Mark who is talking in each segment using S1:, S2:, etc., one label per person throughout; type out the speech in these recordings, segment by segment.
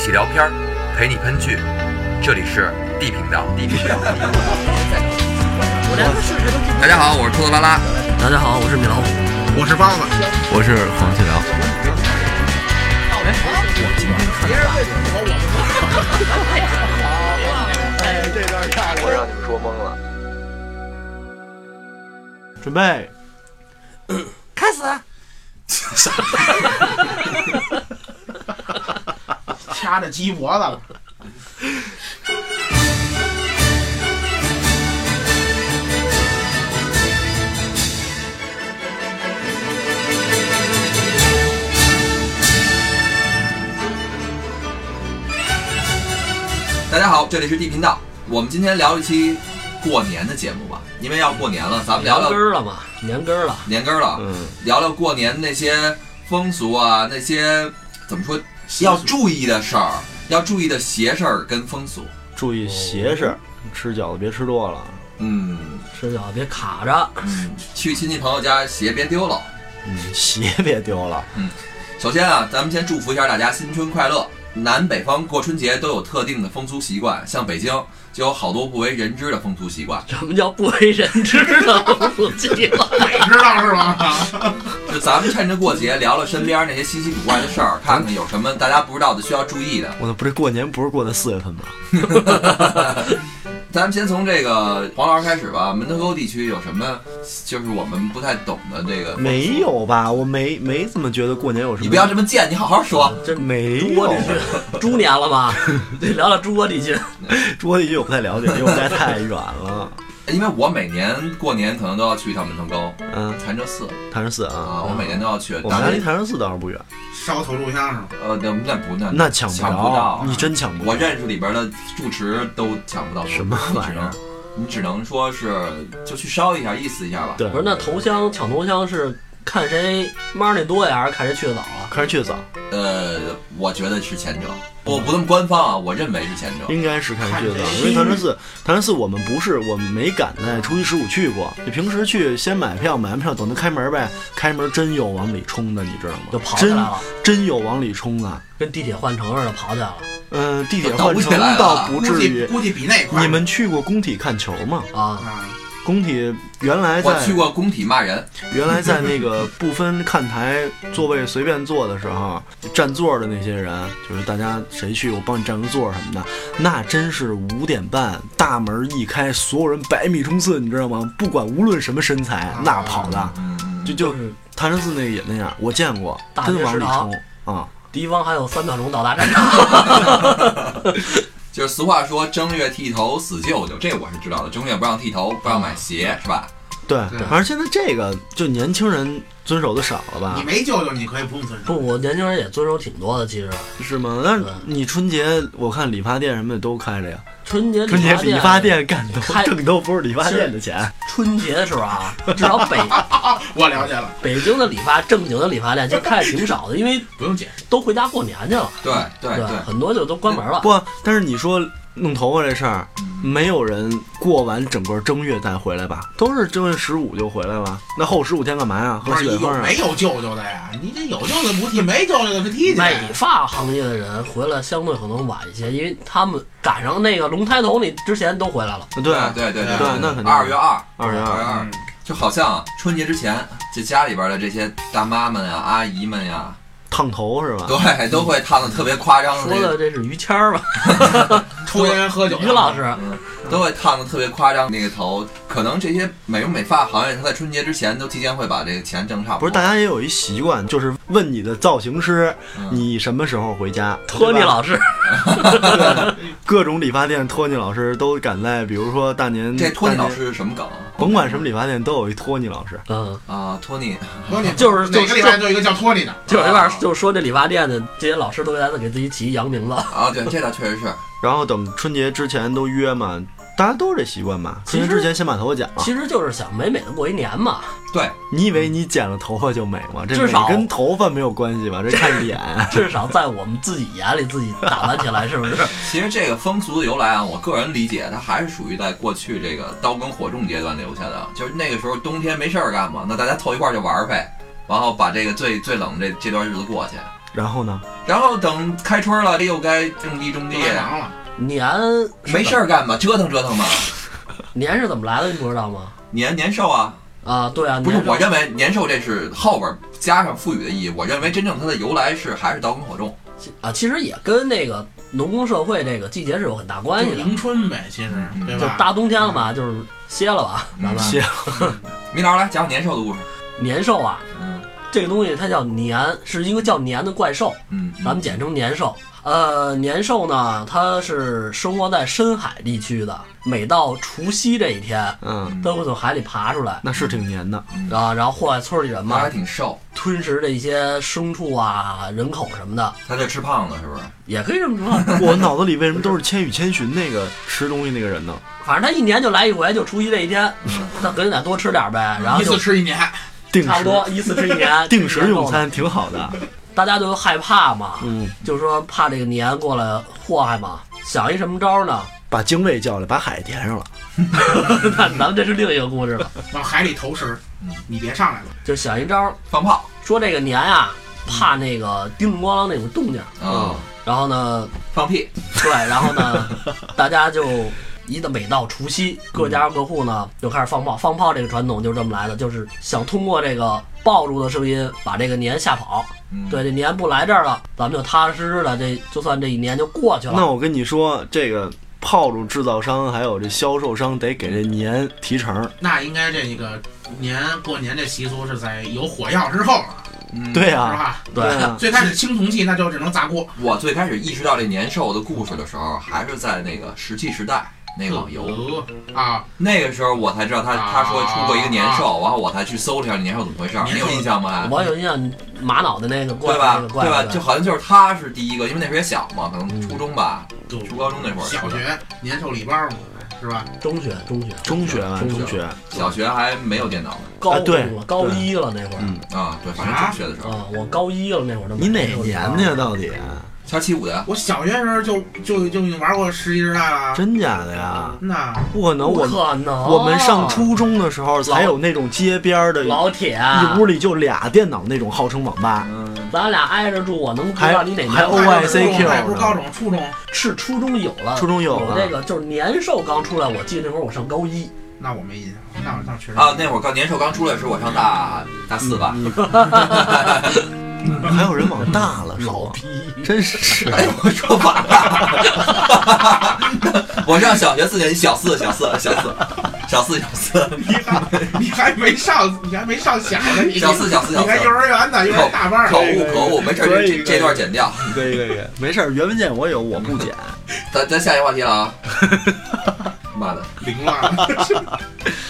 S1: 起聊片儿，陪你喷剧。这里是 D 频道，D 频道。大家好，我是兔子拉拉。
S2: 大家好，我是米老虎。
S3: 我是包子，
S4: 我是黄继辽。
S5: 我让你们说懵了。
S6: 准备，
S3: 掐着鸡脖子了。
S1: 大家好，这里是 D 频道。我们今天聊一期过年的节目吧，因为要过年了，咱们聊
S2: 年根
S1: 聊
S2: 儿了嘛，年根儿了，
S1: 年根儿了，
S6: 嗯，
S1: 聊聊过年那些风俗啊，那些怎么说要注意的事儿，要注意的邪事儿跟风俗。
S6: 注意斜视，吃饺子别吃多了。
S1: 嗯，
S2: 吃饺子别卡着，
S1: 去亲戚朋友家鞋别丢了。
S6: 嗯，鞋别丢了。
S1: 首先啊，咱们先祝福一下大家新春快乐。南北方过春节都有特定的风俗习惯，像北京就有好多不为人知的风俗习惯，
S2: 什么叫不为人知的不记了？
S3: 你知道是吗？
S1: 就咱们趁着过节聊聊身边那些稀奇古怪的事儿，看看有什么大家不知道的需要注意的。
S6: 我那不是过年不是过的四月份吗？
S1: 咱们先从这个黄老师开始吧，门头沟地区有什么就是我们不太懂的这个？
S6: 没，有吧？我没没怎么觉得过年有什么。
S1: 你不要这么贱，你好好说。
S2: 这
S6: 没
S2: 中
S6: 有
S2: 国，这是猪年了吧？得聊聊中国地区。
S6: 中国地区我不太了解，因为我待太远了。
S1: 因为我每年过年可能都要去一趟门头沟、
S6: 嗯，
S1: 潭柘寺
S6: 潭柘寺
S1: 啊，
S6: 啊，
S1: 我每年都要去。
S6: 我们家
S1: 咱
S6: 离潭柘寺倒是不远，
S3: 烧头炷香是吗？
S1: 呃，那那不那
S6: 那抢
S1: 不
S6: 着，
S1: 到啊
S6: 你真抢不
S1: 我
S6: 着。
S1: 认识里边的住持都抢不到
S6: 什么玩意儿
S1: 你只能，你只能说是就去烧一下，意思一下吧。
S6: 对
S2: 不，是，那头香抢头香是看谁 money 多呀，还是看谁去的早啊？
S6: 开始去的早，
S1: 呃，我觉得是前者，我不那么官方啊，我认为是前者。
S6: 应该是开始去的早
S3: 看，谁
S6: 因为潭柘寺，潭柘寺我们不是，我们没敢在初一十五去过，就平时去先买票，买完票等它开门呗，开门真有往里冲的，你知道吗？
S2: 就跑起来
S6: 真
S2: 了，
S6: 真有往里冲啊！
S2: 跟地铁换乘似的跑起来了
S6: 嗯、地铁
S1: 倒
S6: 换
S1: 不起
S6: 乘
S1: 来了啊
S6: 倒不
S3: 估
S6: 至
S3: 计
S6: 于。
S3: 估计比那快。
S6: 你们去过工体看球吗？
S2: 啊！
S3: 啊，
S6: 工体原来
S1: 我去
S6: 在
S1: 过工体骂人，
S6: 原来在那个不分看台座位随便坐的时候，占座的那些人，就是大家谁去我帮你占个座什么的，那真是五点半大门一开，所有人百米冲刺，你知道吗？不管无论什么身材，那跑的
S1: 嗯，
S6: 就就
S2: 就是
S6: 潭柘寺那个也那样，我见过，
S2: 大学
S6: 真往
S2: 食
S6: 里
S2: 堂
S6: 冲啊！
S2: 敌方还有三秒钟到达战场，
S1: 就是俗话说正月剃头死舅舅，这我是知道的。正月不让剃头，不让买鞋，是吧？
S6: 对，
S3: 对
S6: 反正现在这个就年轻人遵守的少了吧？
S3: 你没舅舅，你可以不用遵守。
S2: 不，我年轻人也遵守挺多的，其实。
S6: 是吗？那
S2: 对
S6: 你春节我看理发店什么的都开着呀。
S2: 春节
S6: 春节理
S2: 理
S6: 发，店干都
S2: 开
S6: 挣都不是理发店的钱，
S2: 春节的时候啊，至少北
S3: 我了解了，
S2: 北京的理发正经的理发店就开的挺少的，因为
S3: 不用解释。
S2: 都回家过年去了，
S1: 对对
S2: 对
S1: 对，
S2: 很多就都关门了。
S6: 不，但是你说弄头发这事儿，
S1: 嗯
S6: 没有人过完整个正月再回来吧？都是正月十五就回来了，那后十五天干嘛呀？喝
S3: 不是
S6: 喜酒
S3: 有
S6: 啊？
S3: 没有舅舅的呀？你这有舅舅不剃，没舅舅的不剃去。
S2: 卖理发行业的人回来相对可能晚一些，因为他们赶上那个龙抬头那之前都回来了。
S6: 对，
S1: 对对
S3: 对
S6: 那肯定
S1: 二月二，
S6: 二月
S1: 二
S6: 二
S1: 月二
S3: 嗯，
S1: 就好像春节之前，这家里边的这些大妈们呀、啊阿姨们呀，
S6: 烫头是吧？
S1: 对，都会烫的特别夸张
S2: 说
S1: 那
S2: 的这是于谦儿吧，
S3: 抽烟喝酒。
S2: 于老，
S1: 啊
S2: 师，
S1: 都会烫的特别夸张那个头。可能这些美容美发行业，他在春节之前都提前会把这个钱挣差不多。
S6: 不是，大家也有一习惯，就是问你的造型师，
S1: 嗯
S6: 你什么时候回家？
S2: 托尼
S6: 对吧
S2: 老师，
S6: 各种理发店托尼老师都赶在，比如说大年
S1: 这托尼
S6: 大
S1: 老
S6: 年
S1: 师是什么梗啊？
S6: 甭管什么理发店都有一托尼老师。
S2: 嗯，
S1: 啊，托尼，
S3: 托尼
S2: 就是
S3: 哪个礼拜就有一个叫托尼的。
S2: 就有一
S1: 啊
S2: 半就说这理发店的这些老师都给他给自己起一洋名字。
S1: 啊，对，这倒确实是。
S6: 然后等春节之前都约嘛，大家都是这习惯嘛。
S2: 其实
S6: 春节之前先把头发剪了。
S2: 其实就是想美美的过一年嘛，
S1: 对，
S6: 你以为你剪了头发就美吗？这
S2: 至
S6: 美
S2: 少
S6: 跟头发没有关系吧？这 看脸。
S2: 至少在我们自己眼里自己打扮起来，是不是？
S1: 其实这个风俗的由来啊，我个人理解，它还是属于在过去这个刀耕火种阶段留下的。啊就是那个时候冬天没事儿干嘛，那大家凑一块儿就玩儿呗，然后把这个最最冷这这段日子过去。
S6: 然后呢，
S1: 然后等开春了，又该种地种地，
S3: 别忙了，
S2: 年
S1: 没事儿干吧，折腾折腾吧。
S2: 年是怎么来的，你不知道吗？
S1: 年年兽啊，
S2: 啊，对啊，
S1: 不是
S2: 年，
S1: 我认为年兽这是后边加上赋予的意义。我认为真正它的由来是还是刀耕火种。
S2: 啊，其实也跟那个农工社会这个季节是有很大关
S3: 就
S2: 系
S3: 是
S2: 的，
S3: 迎春呗，其实
S1: 嗯
S3: 对
S2: 就
S3: 吧？
S2: 大冬天了嘛，就是歇了吧，咱们
S6: 歇
S1: 米老师来讲讲年兽的故事。
S2: 年兽啊，
S1: 嗯
S2: 这个东西它叫年，是一个叫年的怪兽，
S1: 嗯，嗯
S2: 咱们简称年兽。呃，年兽呢，它是生活在深海地区的，每到除夕这一天，
S6: 嗯，
S2: 都会从海里爬出来
S6: 那是挺黏的，
S2: 啊，然后祸害村里人
S1: 嗯妈还
S2: 嘛，
S1: 挺瘦，
S2: 吞食这些牲畜啊、人口什么的，
S1: 他就吃胖了是不是？
S2: 也可以这么说。
S6: 我脑子里为什么都是《千与千寻》那个吃东西那个人呢？
S2: 反正它一年就来一回，就除夕这一天，那肯定得多吃点呗，然后
S3: 一
S2: 就
S3: 次吃一年，
S6: 定
S2: 差不
S6: 时
S2: 多一次吃一年，
S6: 定时用，餐挺好的，
S2: 大家都害怕嘛，
S6: 嗯，
S2: 就是说怕这个年过来祸害嘛，想一什么招呢？
S6: 把精卫叫来，把海填上了，
S2: 那咱们这是另一个故事了，
S3: 往海里投食，你别上来了，
S2: 就想一招，
S1: 放炮
S2: 说这个年啊，怕那个叮铃咣啷那种动静，
S1: 啊，
S2: 然后呢，
S1: 放屁，
S2: 对， 然后呢，大家就一到每到除夕，各家各户呢就开始放炮，放炮这个传统就是这么来的，就是想通过这个爆竹的声音把这个年吓跑。
S1: 嗯
S2: 对，这年不来这儿了，咱们就踏踏实实的，这就算这一年就过去了。
S6: 那我跟你说，这个炮竹制造商还有这销售商得给这年提成。
S3: 那应该这个年过年这习俗是在有火药之后了，
S1: 嗯
S3: 是
S6: 对啊，
S3: 吧？
S2: 对
S6: 对啊，
S3: 最开始青铜器那就只能砸锅，
S1: 我最开始意识到这年兽的故事的时候，还是在那个石器时代那网游，
S3: 呃啊，
S1: 那个时候我才知道他
S3: 啊
S1: 他说出过一个年兽，然后我才去搜了一下年兽怎么回事儿，
S3: 年
S1: 你
S3: 兽
S1: 有印象吗？
S2: 我有印象，玛瑙的那个怪
S1: 对吧
S2: 那个？怪
S1: 对吧？
S2: 对
S1: 就好像就是他是第一个，因为那时候也小嘛，可能
S2: 嗯
S1: 初中吧，
S3: 就
S1: 初高中那会儿，
S3: 小学年兽礼包嘛，是吧？
S2: 中学，中学
S6: 中学吧，
S2: 中学
S6: 中学，
S1: 小学还没有电脑呢
S2: 高中
S6: 哎对
S2: 了，高
S6: 对
S2: 一了那会儿
S6: 嗯
S1: 啊，对，反正中学的时候，
S2: 啊，我高一了那会儿都买
S6: 你哪
S2: 那个
S6: 年
S2: 玩意
S6: 的
S2: 儿
S6: 呀？到底？
S1: 他七五的，
S3: 我小学时候就就就已经玩过十一时代了，
S6: 真假的呀？
S3: 那
S6: 不可能，
S2: 不
S6: 我
S2: 可能，
S6: 我们上初中的时候才有那种街边儿的，
S2: 老铁啊，
S6: 一屋里就俩电脑那种，号称网吧。
S1: 嗯，
S2: 咱俩挨着住，我能不知
S6: 还
S2: 道你哪年？
S6: 还欧 OICQ
S3: 那不是高中初中，
S2: 是初中有了，
S6: 初中啊
S2: 有
S6: 有了
S2: 这个，就是年兽刚出来，我记得那会儿我上高一，
S3: 那我没印象，那我那确实
S1: 啊，那会儿刚年兽刚出来的时候，我上大大四
S6: 嗯
S1: 吧，
S6: 还有人往大 了说，
S2: 逼，
S6: 真是。
S1: 哎，我说反了， 我上小学四年级，小四，小四，小四，小四，小四，
S3: 你还你还没上，你还没上小呢，你
S1: 小四，小四，小
S3: 你还幼
S1: 四。
S3: 儿园呢，幼儿园大班儿
S1: 口
S3: 呢。
S1: 误，口误，没事儿，
S6: 可以
S1: 这
S6: 可以
S1: 这段剪掉。
S6: 对对对，没事儿，原文件我有，我不剪。
S1: 咱咱下一个话题了啊！妈的，
S3: 凌乱，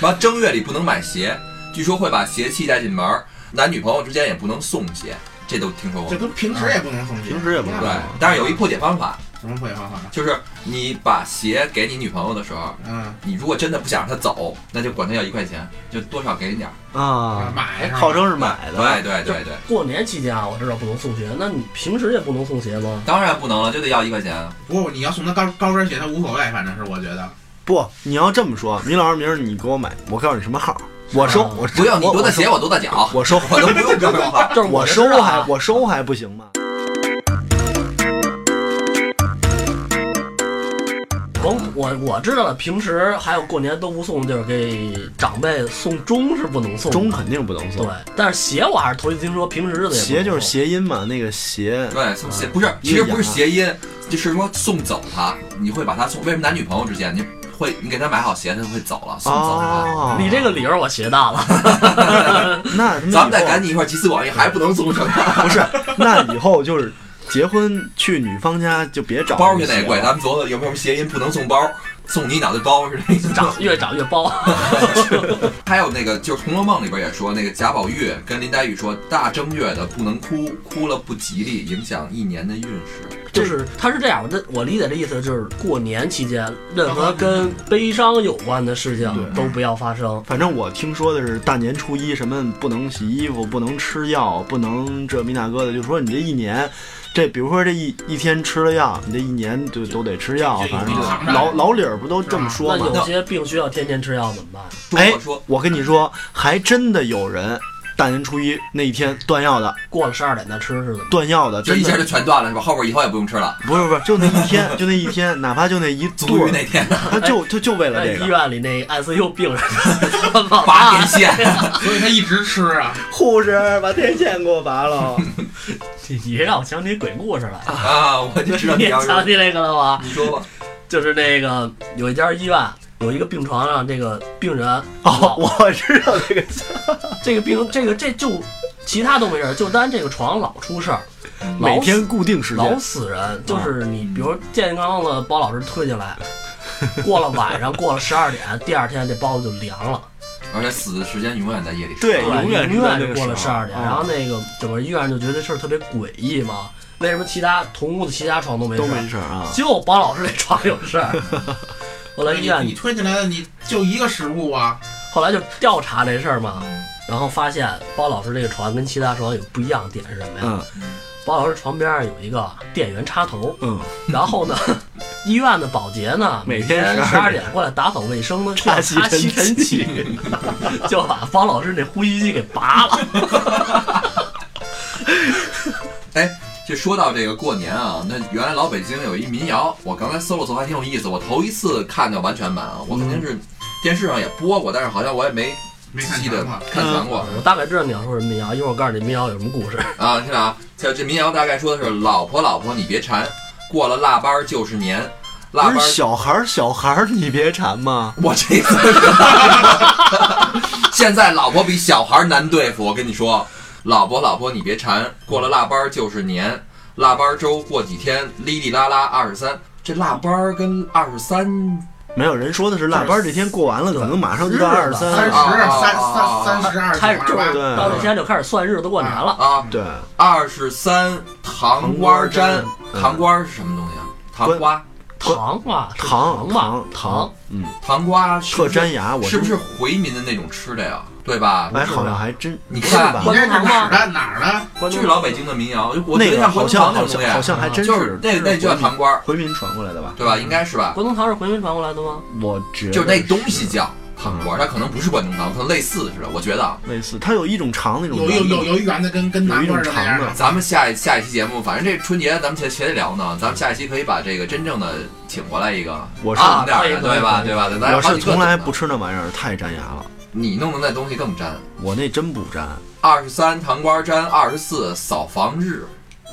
S1: 妈正月里不能买鞋，据说会把鞋气带进门儿，男女朋友之间也不能送鞋，这都听说过
S3: 这。跟平时也不能送礼，
S6: 平时也不能
S1: 对，但是有一破解方法，
S3: 什么会方法？
S1: 就是你把鞋给你女朋友的时候，
S3: 嗯，
S1: 你如果真的不想让她走，那就管她要一块钱，就多少给你点儿。
S6: 啊，
S3: 买
S6: 号称是买的，
S1: 对对对对，
S2: 过年期间啊，我知道不能送鞋，那你平时也不能送鞋吗？
S1: 当然不能了，就得要一块钱啊。
S3: 不过你要送他高高跟鞋，他无所谓，反正是我觉得。
S6: 不，你要这么说，米老师，明儿你给我买，我告诉你什么号，我收，我
S1: 啊不用你多大
S6: 钱，
S1: 鞋我多大脚，
S6: 我收，
S1: 我都不用标准化。
S2: 就是
S6: 我
S2: 这
S6: 收
S2: 事儿
S6: 还
S2: 啊，
S6: 我收还不行吗？
S2: 我我我知道了，平时还有过年都不送，就是给长辈送钟是不能送的，
S6: 钟肯定不能
S2: 对
S6: 送，，
S2: 但是鞋我还是头一次听说，平时的也不
S6: 鞋就是
S2: 能送
S6: 谐音嘛，那个鞋
S1: 对，送鞋不是，
S6: 啊
S1: 其实不是谐音，就是说送走她，你会把她送。为什么男女朋友之间，你会你给她买好鞋，她就会走了，送走啊她。
S6: 哦，
S2: 你这个理由我学到了，
S6: 那他妈
S1: 咱们再
S6: 以后
S1: 赶紧一块集思广益，还不能送什 么？
S6: 不是，那以后就是结婚去女方家就别找
S1: 包现
S6: 那
S1: 在也
S6: 些
S1: 贵，
S6: 了
S1: 咱们琢磨有没有什么谐音不能送包，送你一脑袋包是那种。
S2: 长越长越包。
S1: 还有那个就是《红楼梦》里边也说，那个贾宝玉跟林黛玉说，大正月的不能哭，哭了不吉利，影响一年的运势。
S2: 就是他是这样，我这我理解的意思就是过年期间，任何跟悲伤有关的事情都不要发生。
S6: 反正我听说的是大年初一什么不能洗衣服，不能吃药，不能这米大哥的，就说你这一年，这比如说这一一天吃了药，你这一年就都得吃药，
S1: 啊
S3: 就就
S6: 反正就
S3: 就扛着
S6: 老老理儿不都这么说
S2: 那
S6: 吗？
S2: 有些病需要天天吃药怎么办？
S1: 说
S6: 哎
S1: 我说，
S6: 我跟你说，还真的有人大年初一那一天断药的，
S2: 过了十二点再吃是怎么？
S6: 断药的，
S1: 这
S6: 真
S1: 一下
S6: 的
S1: 就全断了是吧？后边以后也不用吃了。
S6: 不是不是，就那一天， 就那一天，哪怕就那一
S1: 足
S6: 顿
S1: 浴，那天的
S6: 他就他就为了
S2: 在
S6: 这
S2: 医
S6: 个，
S2: 院里 那 ICU 病人 他们把
S1: 拔电 线，
S3: 所以他一直吃啊。
S6: 护士把天线给我拔了，
S2: 你你让我想起鬼故事来，
S1: 啊，我就知道
S2: 你
S1: 你
S2: 也
S1: 要
S2: 想
S1: 是
S2: 起那个了吗？
S1: 你说吧，
S2: 就是那个有一家医院有一个病床上，这个病人
S6: 哦，
S2: 老
S6: 我知道这个，
S2: 这个病这个这就其他都没事儿，就单这个床老出事儿，老
S6: 每天
S2: 死
S6: 固定时
S2: 老
S6: 间，嗯
S2: 死人，就是你比如健健康康的包老师推进来，过了晚上过了十二点，第二天这包子就凉了。
S1: 而且死的时间永远在夜里。
S2: 对，
S6: 对，永远
S2: 永远
S6: 是
S2: 就过了十二点，然后
S6: 嗯
S2: 那个整个医院就觉得这事儿特别诡异嘛。为什么其他同屋的其他床都没事
S6: 都
S2: 儿，
S6: 没事儿 啊，
S2: 就包老师那床有事 儿？后来医
S3: 你
S2: 院
S3: 你推进来的，你就一个食物啊，
S2: 后来就调查这事儿嘛，然后发现包老师这个床跟其他床有不一样的点是什么呀？
S6: 嗯
S2: 包老师床边上有一个电源插头，
S6: 嗯，
S2: 然后呢，医院的保洁呢
S6: 每
S2: 天
S6: 天
S2: 十
S6: 12
S2: 二点过来打扫卫生呢，就要
S6: 吸
S2: 擦吸尘
S6: 尘
S2: 器， 就把包老师那呼吸机给拔了。
S1: 哎，这说到这个过年啊，那原来老北京有一民谣，我刚才搜了搜，还挺有意思。我头一次看的完全版啊，我肯定是电视上也播过，但是好像我也没
S3: 没看
S1: 记
S3: 全
S1: 得
S3: 吧？
S1: 看全过
S2: 我大概知道你要说什么民谣，一会儿我告诉你民谣有什么故事。
S1: 啊。听着啊，这这民谣大概说的是：老婆老婆你别馋，过了腊八儿就是年，腊
S6: 不
S1: 八
S6: 是
S1: 儿。
S6: 小孩儿小孩儿，你别馋嘛，
S1: 我这次， 现在老婆比小孩难对付。我跟你说，老婆老婆你别馋，过了腊八儿就是年，腊八儿周过几天，哩哩啦啦二十三。这腊八儿跟二十三
S6: 没有人说的是腊八儿这天过完了，可能马上就到
S2: 日子
S6: 二十
S3: 三
S6: 三
S3: 十、
S1: 啊啊
S3: 三
S1: 啊
S3: 三三十二、
S2: 开始就是
S3: 八
S6: 对
S2: 到那天就开始算日子过年了。
S1: 啊，
S6: 对，
S1: 二十三糖瓜儿粘，
S6: 嗯
S1: 啊糖瓜儿是什么东西啊？糖瓜，
S2: 糖啊，是
S6: 糖
S2: 吧？
S6: 糖
S2: 糖
S6: 糖，，嗯，
S1: 糖瓜是
S6: 特
S1: 不是
S6: 粘牙，我
S1: 是不
S6: 真
S1: 是？回民的那种吃的呀？对吧？
S6: 哎，好像还真，
S1: 你
S6: 不是
S1: 看
S6: 吧
S3: 你
S2: 关
S3: 这是
S2: 东
S3: 哪儿
S2: 糖
S3: 的
S2: 吗？
S3: 哪儿的？
S2: 关
S1: 这
S2: 东
S1: 是老北京的民谣，就我觉
S6: 那
S1: 得
S6: 个
S1: 像
S6: 好
S1: 关
S6: 像
S1: 东糖这
S6: 好像
S1: 种
S6: 好
S1: 东西，
S6: 像还真
S1: 啊就是那那就叫糖瓜儿，
S6: 回民传过来的吧？
S1: 对吧？应该是吧？
S2: 关东糖是回民传过来的吗？
S6: 我觉得
S1: 就是那东西叫
S6: 嗯
S1: 糖瓜，它可能不是关东糖，可能类似似的。我觉得啊，
S6: 类似，它有一种长那种
S3: 有有有有一圆的跟跟
S6: 有
S3: 南
S6: 一种
S3: 瓜似的那样
S6: 长
S3: 的，
S1: 咱们下一下一期节目，反正这春节咱们且且得聊呢，咱们下一期可以把这个真正的请过来一个，
S6: 我是
S1: 啊，点儿的，
S2: 可以
S1: 对吧？
S2: 可以
S1: 对吧？咱有
S6: 我
S1: 好
S6: 是
S1: 几个
S6: 从来
S1: 种呢
S6: 不，吃那玩意儿，太粘牙了。
S1: 你弄的那东西更粘。
S6: 我那真不粘，
S1: 二十三糖瓜粘，二十四扫房日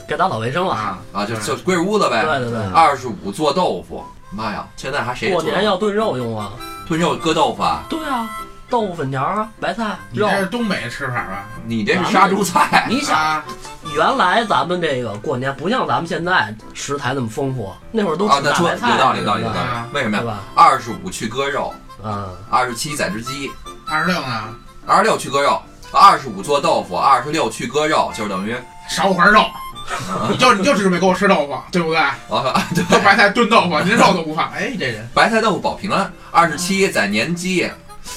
S2: 该打扫卫生了。
S3: 啊
S1: 啊，
S6: 嗯
S1: 就就归屋子
S2: 对
S1: 呗。
S2: 对对，
S1: 二十五做豆腐，妈呀，现在还谁
S2: 过
S1: 做
S2: 年要炖肉用啊。
S1: 炖肉搁豆腐啊？
S2: 对啊，豆腐粉条啊，白菜
S3: 你
S2: 肉
S3: 这。是东北吃法吧？
S1: 你这是杀猪菜，
S2: 你想，
S3: 啊，
S2: 原来咱们这个过年不像咱们现在食材那么丰富，那会儿都
S1: 啊，
S2: 吃
S1: 那
S2: 大
S1: 说
S2: 白菜，
S1: 有道理，有道理，有
S2: 对
S1: 道
S2: 吧
S1: 理。为什么
S2: 对
S1: 呀？
S2: 吧？
S1: 二十五去割肉，
S2: 嗯，
S1: 二十七宰只鸡，
S3: 二十六呢，
S1: 二十六去割肉，二十五做豆腐，二十六去割肉，就是等于
S3: 少五块肉，你就你就准备给我吃豆腐，对不对？
S1: 啊， 对，
S3: 就白菜炖豆腐，您肉都不放。哎，你这人
S1: 白菜豆腐保平安。二十七
S3: 嗯
S1: 宰年鸡，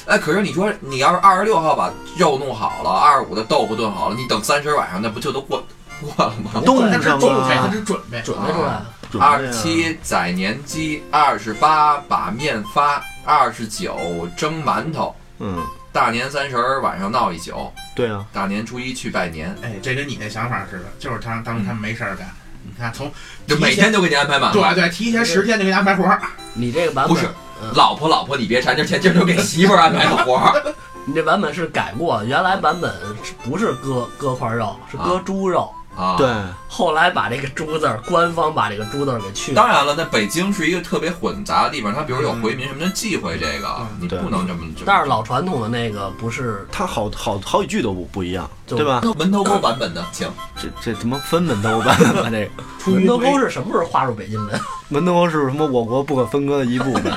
S1: 哎，可是你说你要是二十六号把肉弄好了，二十五的豆腐炖好了，你等三十晚上那不就都过过了吗？
S6: 冻
S3: 他是
S6: 上
S3: 准备，他
S6: 了。啊
S3: 是准备。
S2: 准备出来。
S6: 准备啊
S1: 二十，七宰年鸡，二十八把面发，二十九蒸馒头。
S6: 嗯，
S1: 大年三十儿晚上闹一宿，
S6: 对啊，
S1: 大年初一去拜年，
S3: 哎，这跟你那想法似的，就是他当时
S6: 嗯
S3: 他们没事儿干。你看，从
S1: 就
S3: 提前
S1: 每天都给你安排满
S3: 对啊
S1: 了。
S3: 对，提前十天就给你安排活儿，
S2: 你这个版
S1: 不
S2: 本
S1: 是，老婆老婆你别馋，这钱今儿都给媳妇儿安排的活 儿。
S2: 你这版本是改过，原来版本是不是割割块肉，是割猪肉。
S1: 啊，
S6: 对，
S2: 后来把这个“猪”字儿，官方把这个“猪”字儿给去了。
S1: 当然了，那北京是一个特别混杂的地方，它比如有回民什么的忌讳这个，你
S6: 嗯对
S1: 不能这么。这么
S2: 但是老传统的那个不是，
S6: 它好好好几句都不不一样，
S2: 就
S6: 对吧？
S1: 门头沟版本的，请
S6: 这这他妈分门都办吧？这个
S3: 出
S2: 门
S3: 于
S2: 头沟是什么时候划入北京的？
S6: 门头是什么？我国不可分割的一部分。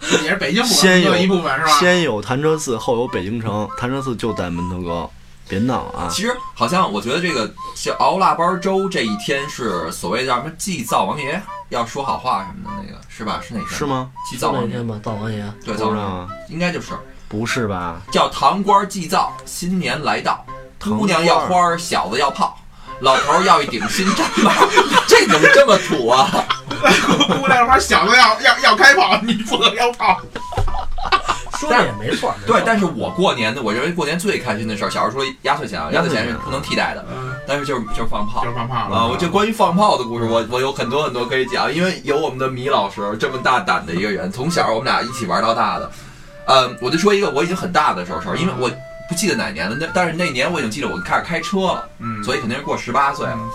S3: 也是北京府
S6: 先有
S3: 的一部分是吧？
S6: 先有潭柘寺，后有北京城。潭柘寺就在门头沟，别闹啊！
S1: 其实好像我觉得这个是熬腊八粥这一天是所谓叫什么祭灶王爷，要说好话什么的那个是吧？是哪天？
S6: 是？吗？
S1: 祭
S2: 就
S1: 灶
S2: 那
S1: 王
S2: 天
S1: 爷，
S2: 嘛，灶王爷。
S1: 对，
S6: 不
S1: 灶王
S6: 知道
S1: 爷
S6: 啊，
S1: 应该就是
S6: 不是吧？
S1: 叫糖官儿祭灶，新年来到，
S6: 糖
S1: 姑娘要
S6: 官
S1: 花儿，小子要炮，老头儿要一顶新毡帽， 这怎么这么土啊？
S3: 姑娘花小子要要要开炮，你不能要炮。
S2: 说的也没错。没错
S1: 对，但是我过年的，我认为过年最开心的事儿，小时候除了压岁钱啊，压岁钱是不能替代的，
S3: 嗯，
S1: 但是就是就是放炮
S3: 就是放炮了
S1: 啊！我这关于放炮的故事，我我有很多很多可以讲，因为有我们的米老师这么大胆的一个人，从小我们俩一起玩到大的。呃，我就说一个我已经很大的时候事儿，因为我不记得哪年了，那但是那年我已经记得我开始开车了，
S3: 嗯，
S1: 所
S3: 以
S1: 以肯定是过十八岁了
S3: 嗯。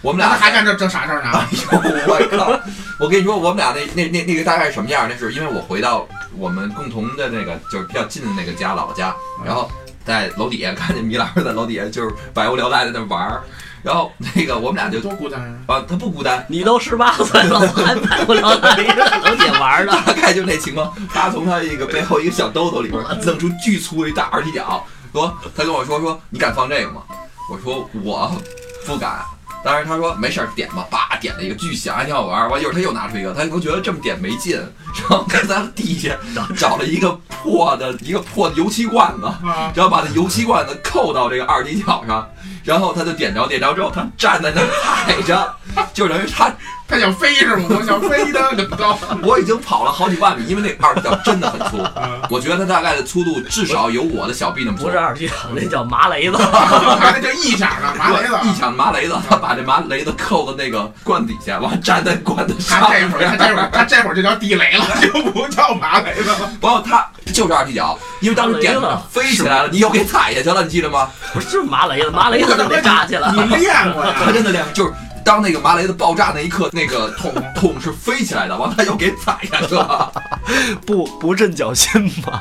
S1: 我们
S3: 那
S1: 俩
S3: 他还干这这傻事儿呢？
S1: 哎呦，我靠！我跟你说，我们俩那那那那个大概是什么样？那是因为我回到我们共同的那个就是比较近的那个家老家，然后在楼底下看见米老师在楼底下就是百无聊赖在那玩儿，然后那个我们 俩就
S3: 多孤单啊！
S1: 啊，他不孤单，
S2: 你都十八岁了，还买不了大衣，能姐玩呢？
S1: 大概就那情况。他从他一个背后一个小兜兜里边弄出巨粗一大耳踢脚，说他跟我说说你敢放这个吗？我说我不敢。当时他说没事儿点吧，叭点了一个巨响，还挺好玩儿。完一会儿他又拿出一个，他可能觉得这么点没劲，然后在他地下找了一个破的一个破的油漆罐子，
S3: 啊，
S1: 然后把那油漆罐子扣到这个二踢脚上，然后他就点着点着之后，他站在那儿踩着，就等于他
S3: 他想飞是吗？我想飞的，怎么 着？
S1: 我已经跑了好几万米，因为那二踢脚真的很粗，
S3: 啊，
S1: 我觉得它大概的粗度至少有我的小臂那么粗。
S2: 不是二踢脚，那叫麻雷子。
S3: 还是就一响了，麻雷
S1: 对一
S3: 子。
S1: 抢麻雷子，啊嗯他把这麻雷子扣到那个罐底下，完站在罐子上
S3: 他这会儿，他这会
S1: 边
S3: 儿，。他这会儿就叫地雷了，就不叫麻雷子了。
S1: 然后他就是二踢脚，因为当时点
S2: 麻雷
S1: 子啊
S2: 子
S1: 飞起来了，你又给踩下去了，你记得吗？
S2: 不是麻雷子，麻雷子就得扎起 来。
S3: 你练过
S1: 他
S3: 呀？
S1: 真的两就是。当那个麻雷子爆炸那一刻，那个桶桶是飞起来的，完他又给踩下去了。
S6: 不不震脚心吧？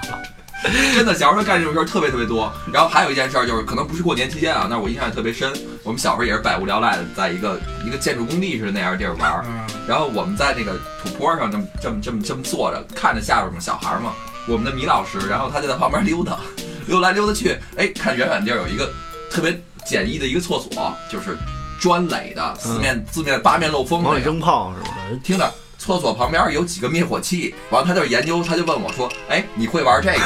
S1: 真的，小时候干这种事儿特别特别多。然后还有一件事儿就是，可能不是过年期间啊，但是我印象也特别深。我们小时候也是百无聊赖的，在一个一个建筑工地似的那样的地儿玩儿。
S3: 嗯，
S1: 然后我们在那个土坡上这么这么这么这么坐着，看着下边嘛小孩儿嘛，我们的米老师，然后他就在旁边溜达， 溜来溜达去，哎，看远远地儿有一个特别简易的一个厕所，就是砖垒的，四面四面八面漏风
S6: 往
S1: 那
S6: 里
S1: 个。
S6: 扔炮是吧？
S1: 听着，厕所旁边有几个灭火器，完了他就研究，他就问我说：“哎，你会玩这个吗？”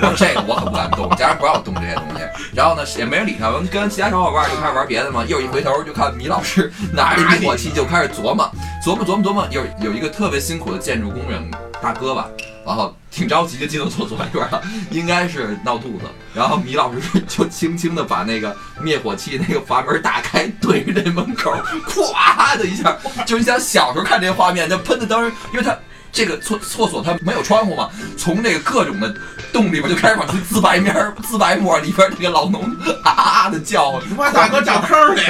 S1: 我说：“这个我可不敢动，家人不让我动这些东西。”然后呢，也没人理他，完了跟其他小伙伴就开始玩别的嘛。一会儿一回头就看米老师拿着灭火器就开始琢磨，琢磨琢磨琢磨，有有一个特别辛苦的建筑工人大哥吧。然后挺着急的进到厕所里边了，应该是闹肚子。然后米老师就轻轻的把那个灭火器那个阀门打开，对着这门口，咵的一下，就是你想小时候看这画面，那喷的当时，因为它这个厕厕所它没有窗户嘛，从这个各种的洞里边就开始往出自白面儿、自白沫里边那个老农啊啊的叫唤。
S3: 你他妈大哥掉坑里，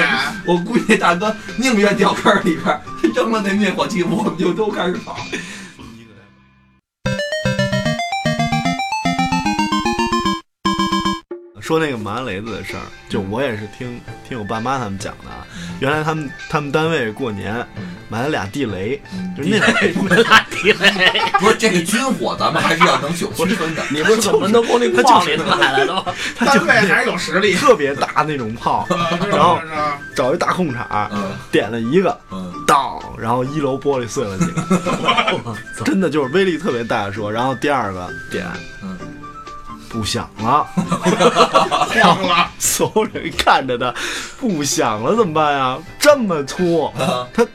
S1: 我估计那大哥宁愿掉坑里边儿，扔了那灭火器，我们就都开始跑。
S6: 说那个麻雷子的事儿，就我也是听听我爸妈他们讲的啊。原来他们他们单位过年买了俩地雷，就是那俩
S2: 拉地雷，
S1: 不是这个军火，咱们还是要能有区分的。
S6: 你不是
S2: 怎么能从那矿里买来的吗？
S6: 他
S3: 单
S6: 就
S3: 位还是有实力。
S6: 特别大那种炮， 然后找一大空场
S1: 嗯
S6: 点了一个，
S1: 嗯，
S6: 当，然后一楼玻璃碎了几个，
S2: 哦
S6: 真的就是威力特别大说。然后第二个点，
S1: 嗯，
S6: 不响了，
S3: 晃了，
S6: 所有人看着他，不响了怎么办呀？这么粗，他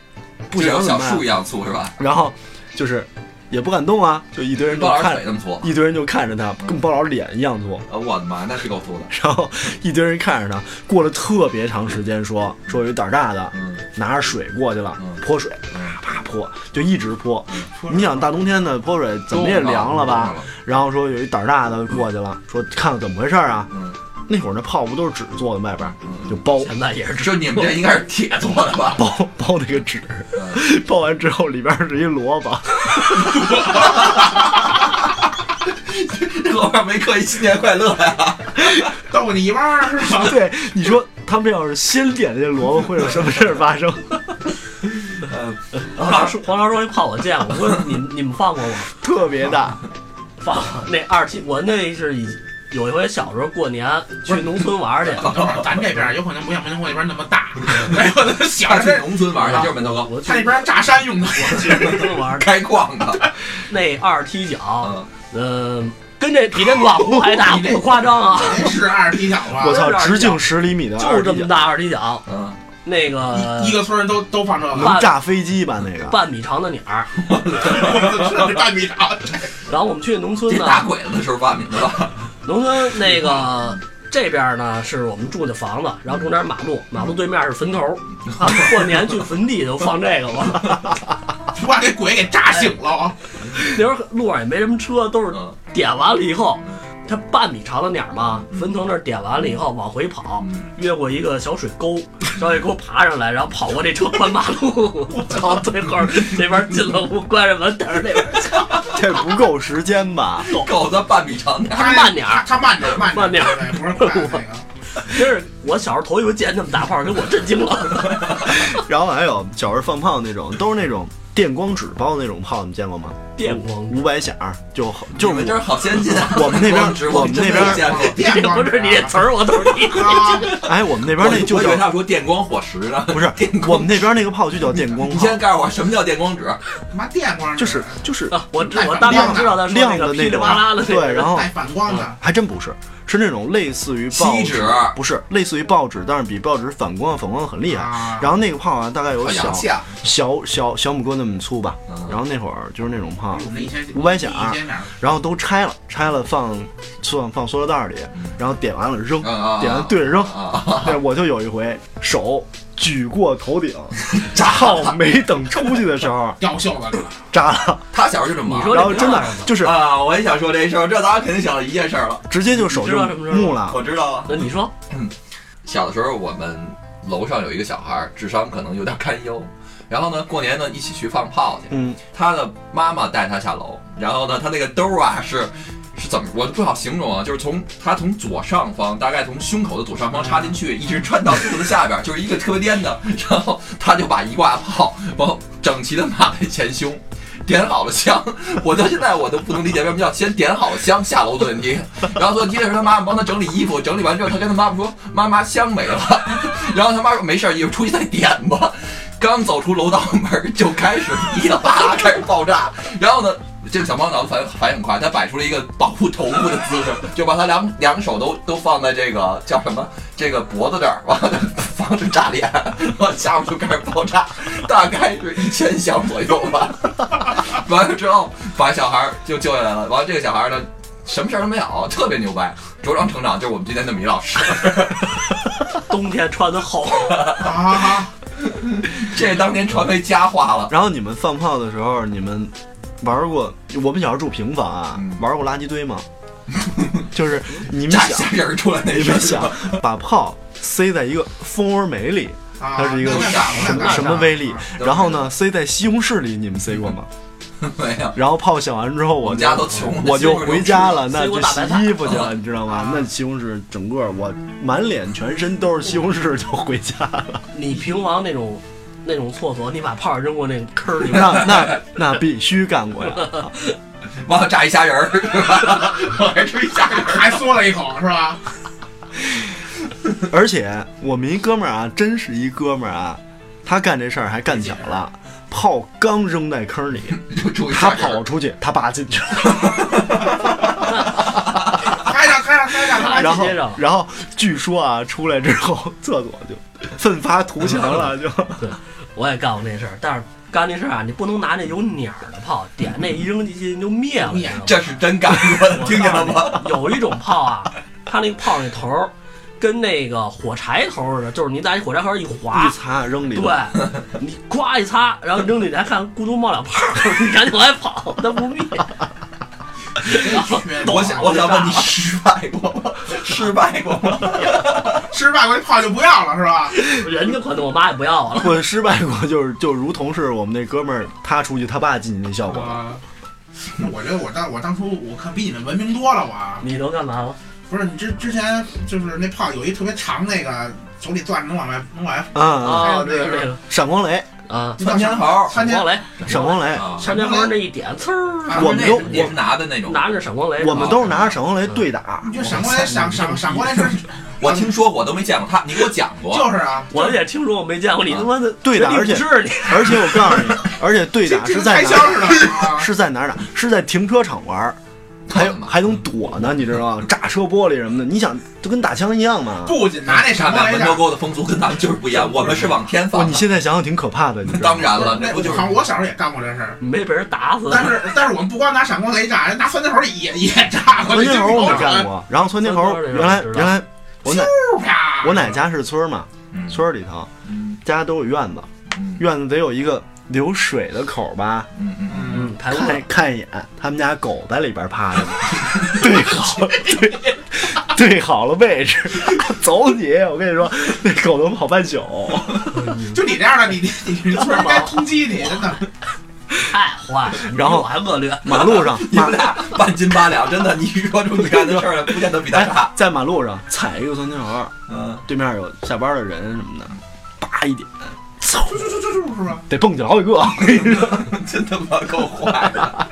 S6: 不
S1: 这
S6: 响
S1: 有
S6: 怎
S1: 小
S6: 么办
S1: 树一？样啊粗是吧？
S6: 然后就是也不敢动啊，就一堆人就
S1: 抱老
S6: 看
S1: 腿，那么粗。
S6: 一堆人就看着他，跟包老脸一样粗。
S1: 啊，我的妈，那是够粗的。
S6: 然后一堆人看着他，过了特别长时间说，说有一胆儿大的
S1: 嗯
S6: 拿着水过去了
S1: 嗯，
S6: 泼水，
S1: 嗯，
S6: 啪泼，就一直泼。你想大冬天的泼水怎么也
S1: 冻着
S6: 凉了吧？？
S1: 冻着
S6: 然后说有一胆儿大的过去了，说看看怎么回事儿啊？
S1: 嗯
S6: 那会儿那炮不都是纸做的，外边儿
S1: 嗯
S6: 就包
S2: 哦现在也是
S1: 就你们这应该是铁做的吧？
S6: 包包那个纸，包完之后里边儿是一萝卜，
S1: 老板没刻意新年快乐呀？
S3: 逗你玩儿是吧？
S6: 啊对，你说他们要是先点这萝卜，会有什么事儿发生？哦
S2: 黄老师，黄老师说那炮我见过，我说你们你们放过吗？
S6: 特别大，
S2: 放过那二踢，我那是以有一回小时候过年去农村玩去，
S3: 等会儿咱这边有可能不像门头沟那边那么大， 没有那小
S1: 他去
S3: 的，
S1: 农村玩去，就是门头沟
S2: 我去
S3: 嗯 他那边炸山用的。
S2: 农村玩
S1: 开矿的。
S2: 那二踢脚，
S6: 哦
S1: 嗯，
S2: 嗯，跟这比这暖壶还 大，不夸张啊，
S3: 您是二踢脚吧？
S1: 啊
S6: 我操，直径十厘米的
S2: 就是
S6: 二
S2: 这
S6: 踢
S2: 么
S6: 脚，
S2: 大二踢脚，
S6: 哦
S1: 嗯，
S2: 那个
S3: 一一个村儿都都放这个，
S6: 能炸飞机吧？那个
S2: 半米长的鸟儿。
S3: 我知道这半米长，
S2: 然后我们去农村
S1: 这
S2: 呢，
S1: 打鬼子的时候发明的吧？
S2: 农村那个这边呢是我们住的房子，然后中间是马路，马路对面是坟头 儿。啊，过年去坟地就放这个吧。
S3: 把这鬼给炸醒了啊！
S2: 那时候路上也没什么车，都是
S6: 哦
S1: 嗯
S2: 点完了以后，它半米长的鸟嘛，坟头那儿点完了以后往回跑，
S1: 嗯
S2: 越过一个小水沟，小水沟爬上来，然后跑过这车宽马路， 操！最后这边进了屋，关上门，等着那边
S6: 这不够时间吧？
S1: 狗子半米长点儿，
S3: 他
S2: 慢点儿
S3: 他慢点儿，慢
S2: 慢点儿
S3: 儿，对不是快那个。
S2: 真是我小时候头一回见那么大炮，给我震惊了。
S6: 然后还有小时候放炮那种，都是那种电光纸包的那种炮，你见过吗？
S2: 电光，
S6: 五百响儿就就
S1: 你们
S6: 是
S1: 这儿好先进啊！
S6: 我们那 边
S1: 光直播
S6: 我们那边
S1: 真没见过
S2: 这
S3: 电光
S2: 不是你这词
S3: 儿
S2: 儿，我都是你。
S3: 啊，
S6: 哎，我们那边那就
S1: 我以
S6: 叫
S1: 为他说电光火石 呢。
S6: 不是
S1: 电光
S6: 我们那边那个炮就叫电光
S1: 你
S6: 炮，
S1: 先告诉我什么叫电光纸？
S3: 他妈电光
S6: 就是就 是
S2: 啊我知我大概知道他说那
S6: 哎亮
S2: 个
S6: 的
S2: 噼里
S6: 种
S2: 啪啦的那个
S6: 对，然后
S3: 带反光的，
S6: 还真不是，是那种类似于报
S1: 锡
S6: 纸
S1: 纸，
S6: 不是类似于报纸，但是比报纸反光，反光很厉害。
S3: 啊
S6: 嗯然后那个炮啊，大概有
S1: 好
S6: 小
S1: 洋气啊！
S6: 小小小拇哥那么粗吧
S1: 嗯。
S6: 然后那会儿就是那种炮
S3: 我，哎们一千
S6: 五百响儿
S3: 一千响儿
S6: 然后都拆了，拆了放放放塑料袋里，然后点完了扔，
S1: 嗯啊，
S6: 点完对着扔。
S1: 啊，
S6: 对，我就有一回手举过头顶，炮没等出去的时候
S3: 掉袖子里了，
S6: 炸了，
S1: 他小时候就这么玩
S2: 你说
S1: 儿。
S6: 然后真的就是
S1: 啊，我也想说这事儿，这咱肯定想了一件事儿了。
S6: 直接就手
S2: 你知
S6: 就
S2: 道什么事儿吗
S6: 木了。
S1: 我知道了，啊
S2: 那你说
S1: 小的时候我们楼上有一个小孩儿，智商可能有点堪忧。然后呢，过年呢一起去放炮去，
S6: 嗯，
S1: 他的妈妈带他下楼，然后呢，他那个兜儿啊是是怎么，我不好形容啊，就是从他从左上方，大概从胸口的左上方插进去，一直穿到肚子下边儿，就是一个特别颠的，然后他就把一挂炮往整齐的码在前胸。点好了香，我到现在我都不能理解为什么要先点好了香下楼做电梯。然后做电梯的时候，他妈妈帮他整理衣服，整理完之后，他跟他妈妈说：“妈妈，香没了。” 然后他妈说：“没事儿，一会儿出去再点吧。”刚走出楼道门就开始噼里啪啦开始爆炸，然后呢，这个小猫脑子反应反应很快，他摆出了一个保护头部的姿势，就把他两两手都都放在这个叫什么这个脖子这儿，完了防止炸脸，完了下午就开始爆炸，大概是一千响左右吧。完了之后把小孩儿就救下来了，完了这个小孩儿呢。什么事儿都没有，特别牛掰，茁壮成长，就是我们今天的米老师。
S2: 冬天穿的厚，
S3: 啊，
S1: 这当年传为佳话了。
S6: 然后你们放炮的时候，你们玩过？我们小时候住平房啊，
S1: 嗯
S6: 玩过垃圾 堆吗？就是你们
S1: 炸
S6: 想
S1: 虾，仁儿出来那
S6: 你
S1: 事儿
S6: 们想把炮塞在一个蜂窝煤里，
S3: 啊
S6: 它是一个
S3: 能量大
S6: 什
S3: 能
S6: 么
S3: 量大
S6: 什么威力？
S1: 啊都
S6: 然后呢，塞在西红柿里，你们塞过吗？
S1: 没有，
S6: 然后炮响完之后，
S1: 我
S6: 我
S1: 们
S6: 就
S1: 家都穷，
S6: 我就回家了，那
S2: 西
S6: 就
S2: 红柿都吃
S6: 洗衣服去了，
S1: 嗯
S6: 你知道吗？那西红柿整个我满脸全身都是西红柿，就回家 了。
S2: 你平房那种那种厕所，你把炮扔过那个坑儿里面，
S6: 那那那必须干过呀！
S1: 忘了炸一虾仁儿，是吧？ 我还吃一虾仁儿。
S3: 还缩了一口是吧？
S6: 而且我们一哥们儿啊，真是一哥们儿啊，他干这事儿还干巧了，炮刚扔在坑里，
S1: 就注意
S6: 他
S1: 虾仁儿
S6: 跑出去，他爸进去了，
S3: 开上开上开上，开上
S6: 然后
S2: 接着
S6: 然后据说啊，出来之后厕所就奋发图强了，就
S2: 我也干过那事儿，但是干那事儿啊，你不能拿那有鸟儿的炮点那一扔进去就灭了，你知道吗
S1: 这是真干过的，听见了吗？
S2: 有一种炮啊，它那个炮那头儿跟那个火柴头似的，就是你在火柴盒一
S6: 一
S2: 划，
S6: 擦扔里
S2: 对
S6: 头。，
S2: 你咵一擦，然后扔进去，还看咕嘟冒两泡儿， 你赶紧往外跑，它不灭。然后
S1: 我想，我想问你失败过吗？失败过吗？
S3: 吃外国炮就不要了是吧？
S2: 人家可能我妈也不要我了。
S6: 我失败过，就是就如同是我们那哥们儿他出去他爸进去那效果，
S3: 啊，我觉得我当我当初我看比你们文明多了，我啊
S2: 你都干嘛了？
S3: 不是你之之前就是那炮有一特别长那个手里攥着能往外能往外
S6: 啊，
S2: 啊，对对对，
S6: 闪光雷，
S2: 啊，
S1: 窜天猴，
S3: 窜天
S2: 光雷，
S6: 闪光雷，
S1: 啊
S2: 闪电猴那一点，呲儿，
S3: 啊
S6: 我们都
S1: 那也是拿的那种。
S2: 拿着闪光雷，啊
S6: 我们都是拿着闪光雷对打，
S3: 你就闪过来闪闪闪过来是，
S1: 我听说过，都没见过他，你给我讲过。
S3: 就是啊，
S2: 我也听说我没见过，你他妈的
S6: 对的而且
S2: 是你
S6: 而且我告诉你，而且对
S3: 这
S6: 打
S3: 这
S6: 是
S3: 跟
S6: 在
S3: 开
S6: 哪
S3: 枪
S6: 儿？
S3: 似的啊，
S6: 是在哪儿打？是在停车场玩儿，
S1: 特
S6: 还
S1: 的嘛。
S6: 还能躲呢，你知道吗？炸车玻璃什么的，你想就跟打枪一样嘛。
S3: 不仅
S1: 拿那
S3: 啥
S1: 啥
S3: 来
S1: 满门
S3: 着
S1: 头沟的风俗跟咱们就是不一样，我们是往天
S6: 哇，
S1: 放
S6: 哦你
S1: 的。
S6: 现在想想挺可怕的，你知道
S1: 当
S6: 吗？
S1: 然了，那
S3: 那
S1: 不
S3: 我
S1: 就是
S3: 好像我小时候也干过这事儿，
S2: 没被人打死。
S3: 但是但是我们不光拿闪光雷炸，拿窜天猴也也炸过，
S6: 窜天猴我
S3: 就
S6: 们
S3: 是
S6: 干过，然后窜天猴
S2: 窜天猴
S6: 原来
S2: 这个知道
S6: 原来我奶
S3: 啪，
S6: 我奶家是村儿嘛，
S1: 嗯
S6: 村儿里头
S1: 嗯
S6: 家都有院子，
S1: 嗯
S6: 院子得有一个流水的口吧，
S1: 嗯嗯
S3: 嗯，
S2: 嗯，排污
S6: 看看一眼，他们家狗在里边趴着呢，对好对对好了位置， 走你！我跟你说，那狗能跑半宿。
S3: 就你这样的，你你你村儿应该通缉你， 真的。
S2: 太坏了，
S6: 然后
S2: 比我还恶劣。
S6: 马路上，
S1: 你
S6: 马
S1: 们俩半斤八两，真的，你遇到这么干的事儿，不见得比他
S6: 哎
S1: 差。
S6: 在马路上踩一个窜天猴，
S1: 嗯，
S6: 对面有下班的人什么的，叭一点，
S3: 就就就就是吧，
S6: 得蹦起来好几个。 我跟你说，
S1: 真他妈够坏的。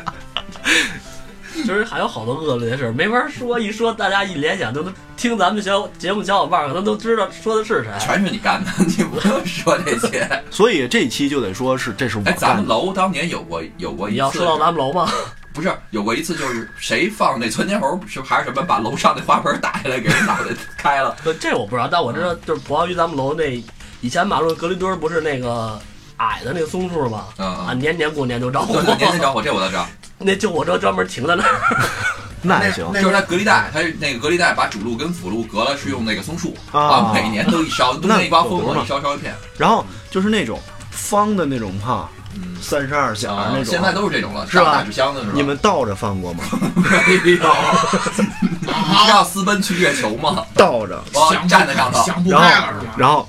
S2: 其实还有好多恶劣的事儿，没法说，一说大家一联想都能听咱们小节目小伙伴儿可能都知道说的是谁。
S1: 全是你干的，你不用说这些。
S6: 所以这一期就得说是这是我
S1: 哎，咱
S6: 干
S1: 们
S6: 的。
S1: 楼当年有过有过一
S2: 你
S1: 次，
S2: 要说到咱们楼吗？
S1: 不是有过一次，就是谁放那窜天猴是还是什么，把楼上那花盆打下来，给人脑袋开了。
S2: 对 这我不知道，但我知道就是葡萄于咱们楼那以前马路隔离墩儿不是那个矮的那个松树吗？
S1: 嗯
S2: 啊，
S1: 嗯，
S2: 年年过年就着
S1: 对
S2: 火
S1: 对，，年年着火，这我倒知道。
S2: 那救火车专门停在那儿，
S6: 那也行
S3: 那
S1: 就是它隔离带，它是那个隔离带把主路跟辅路隔了，是用那个松树
S6: 啊
S1: 每年都一烧，冬天一刮风，我一烧烧一片。
S6: 然后就是那种方的那种炮，
S1: 嗯，
S6: 三十二响那种。啊
S1: 现在都是这种了，
S6: 是吧
S1: 上大纸箱子是吧？
S6: 你们倒着放过吗？
S1: 没有？你知道私奔去月球吗？
S6: 倒着，
S1: 我
S3: 想不
S1: 站在上头，
S3: 想不
S6: 然
S3: 开了
S6: 后
S3: 是吗？
S6: 然后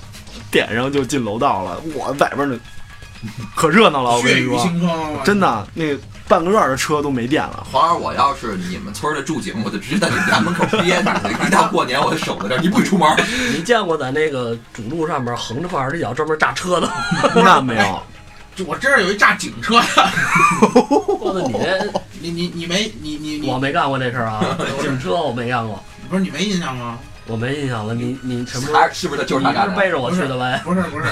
S6: 点上就进楼道了，我外边那可热闹了，我跟
S3: 血
S6: 你
S3: 雨
S6: 说，
S3: 腥风啊，
S6: 真的，那半个院儿的车都没电了。
S1: 黄二，我要是你们村儿的住警，我就直接在你们家门口憋着你。一到过年，我就守在这儿，你不许出门儿。
S2: 你见过在那个主路上面横着放二踢脚专门炸 车的吗？
S6: 那没有，
S3: 就我这儿有一炸警车，
S2: 我操，你这
S3: 你你你没你你你
S2: 我没干过这事 儿啊，警车我没干过，
S3: 不是你没印象吗？
S2: 我没印象了。你你什么时候
S1: 还是是不是他就是他
S2: 你
S1: 干
S2: 是
S1: 的？
S3: 哎
S2: 背着我去的呗？
S3: 不是不是，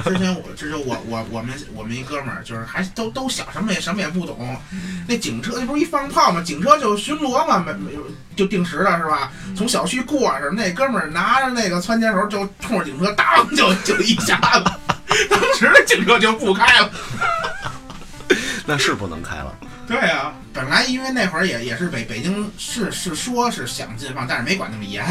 S3: 是之前我之前我我我们我们一哥们儿就是还都都小，什么也什么也不懂。那警车那不是一放炮吗？警车就巡逻嘛，没没就定时了是吧？从小区过什么？那哥们儿拿着那个窜天猴就冲着警车当就就一下子，当时那警车就不开了。
S6: 那是不能开了。
S3: 对啊，本来因为那会儿也也是北北京市是说是想禁放，但是没管那么严，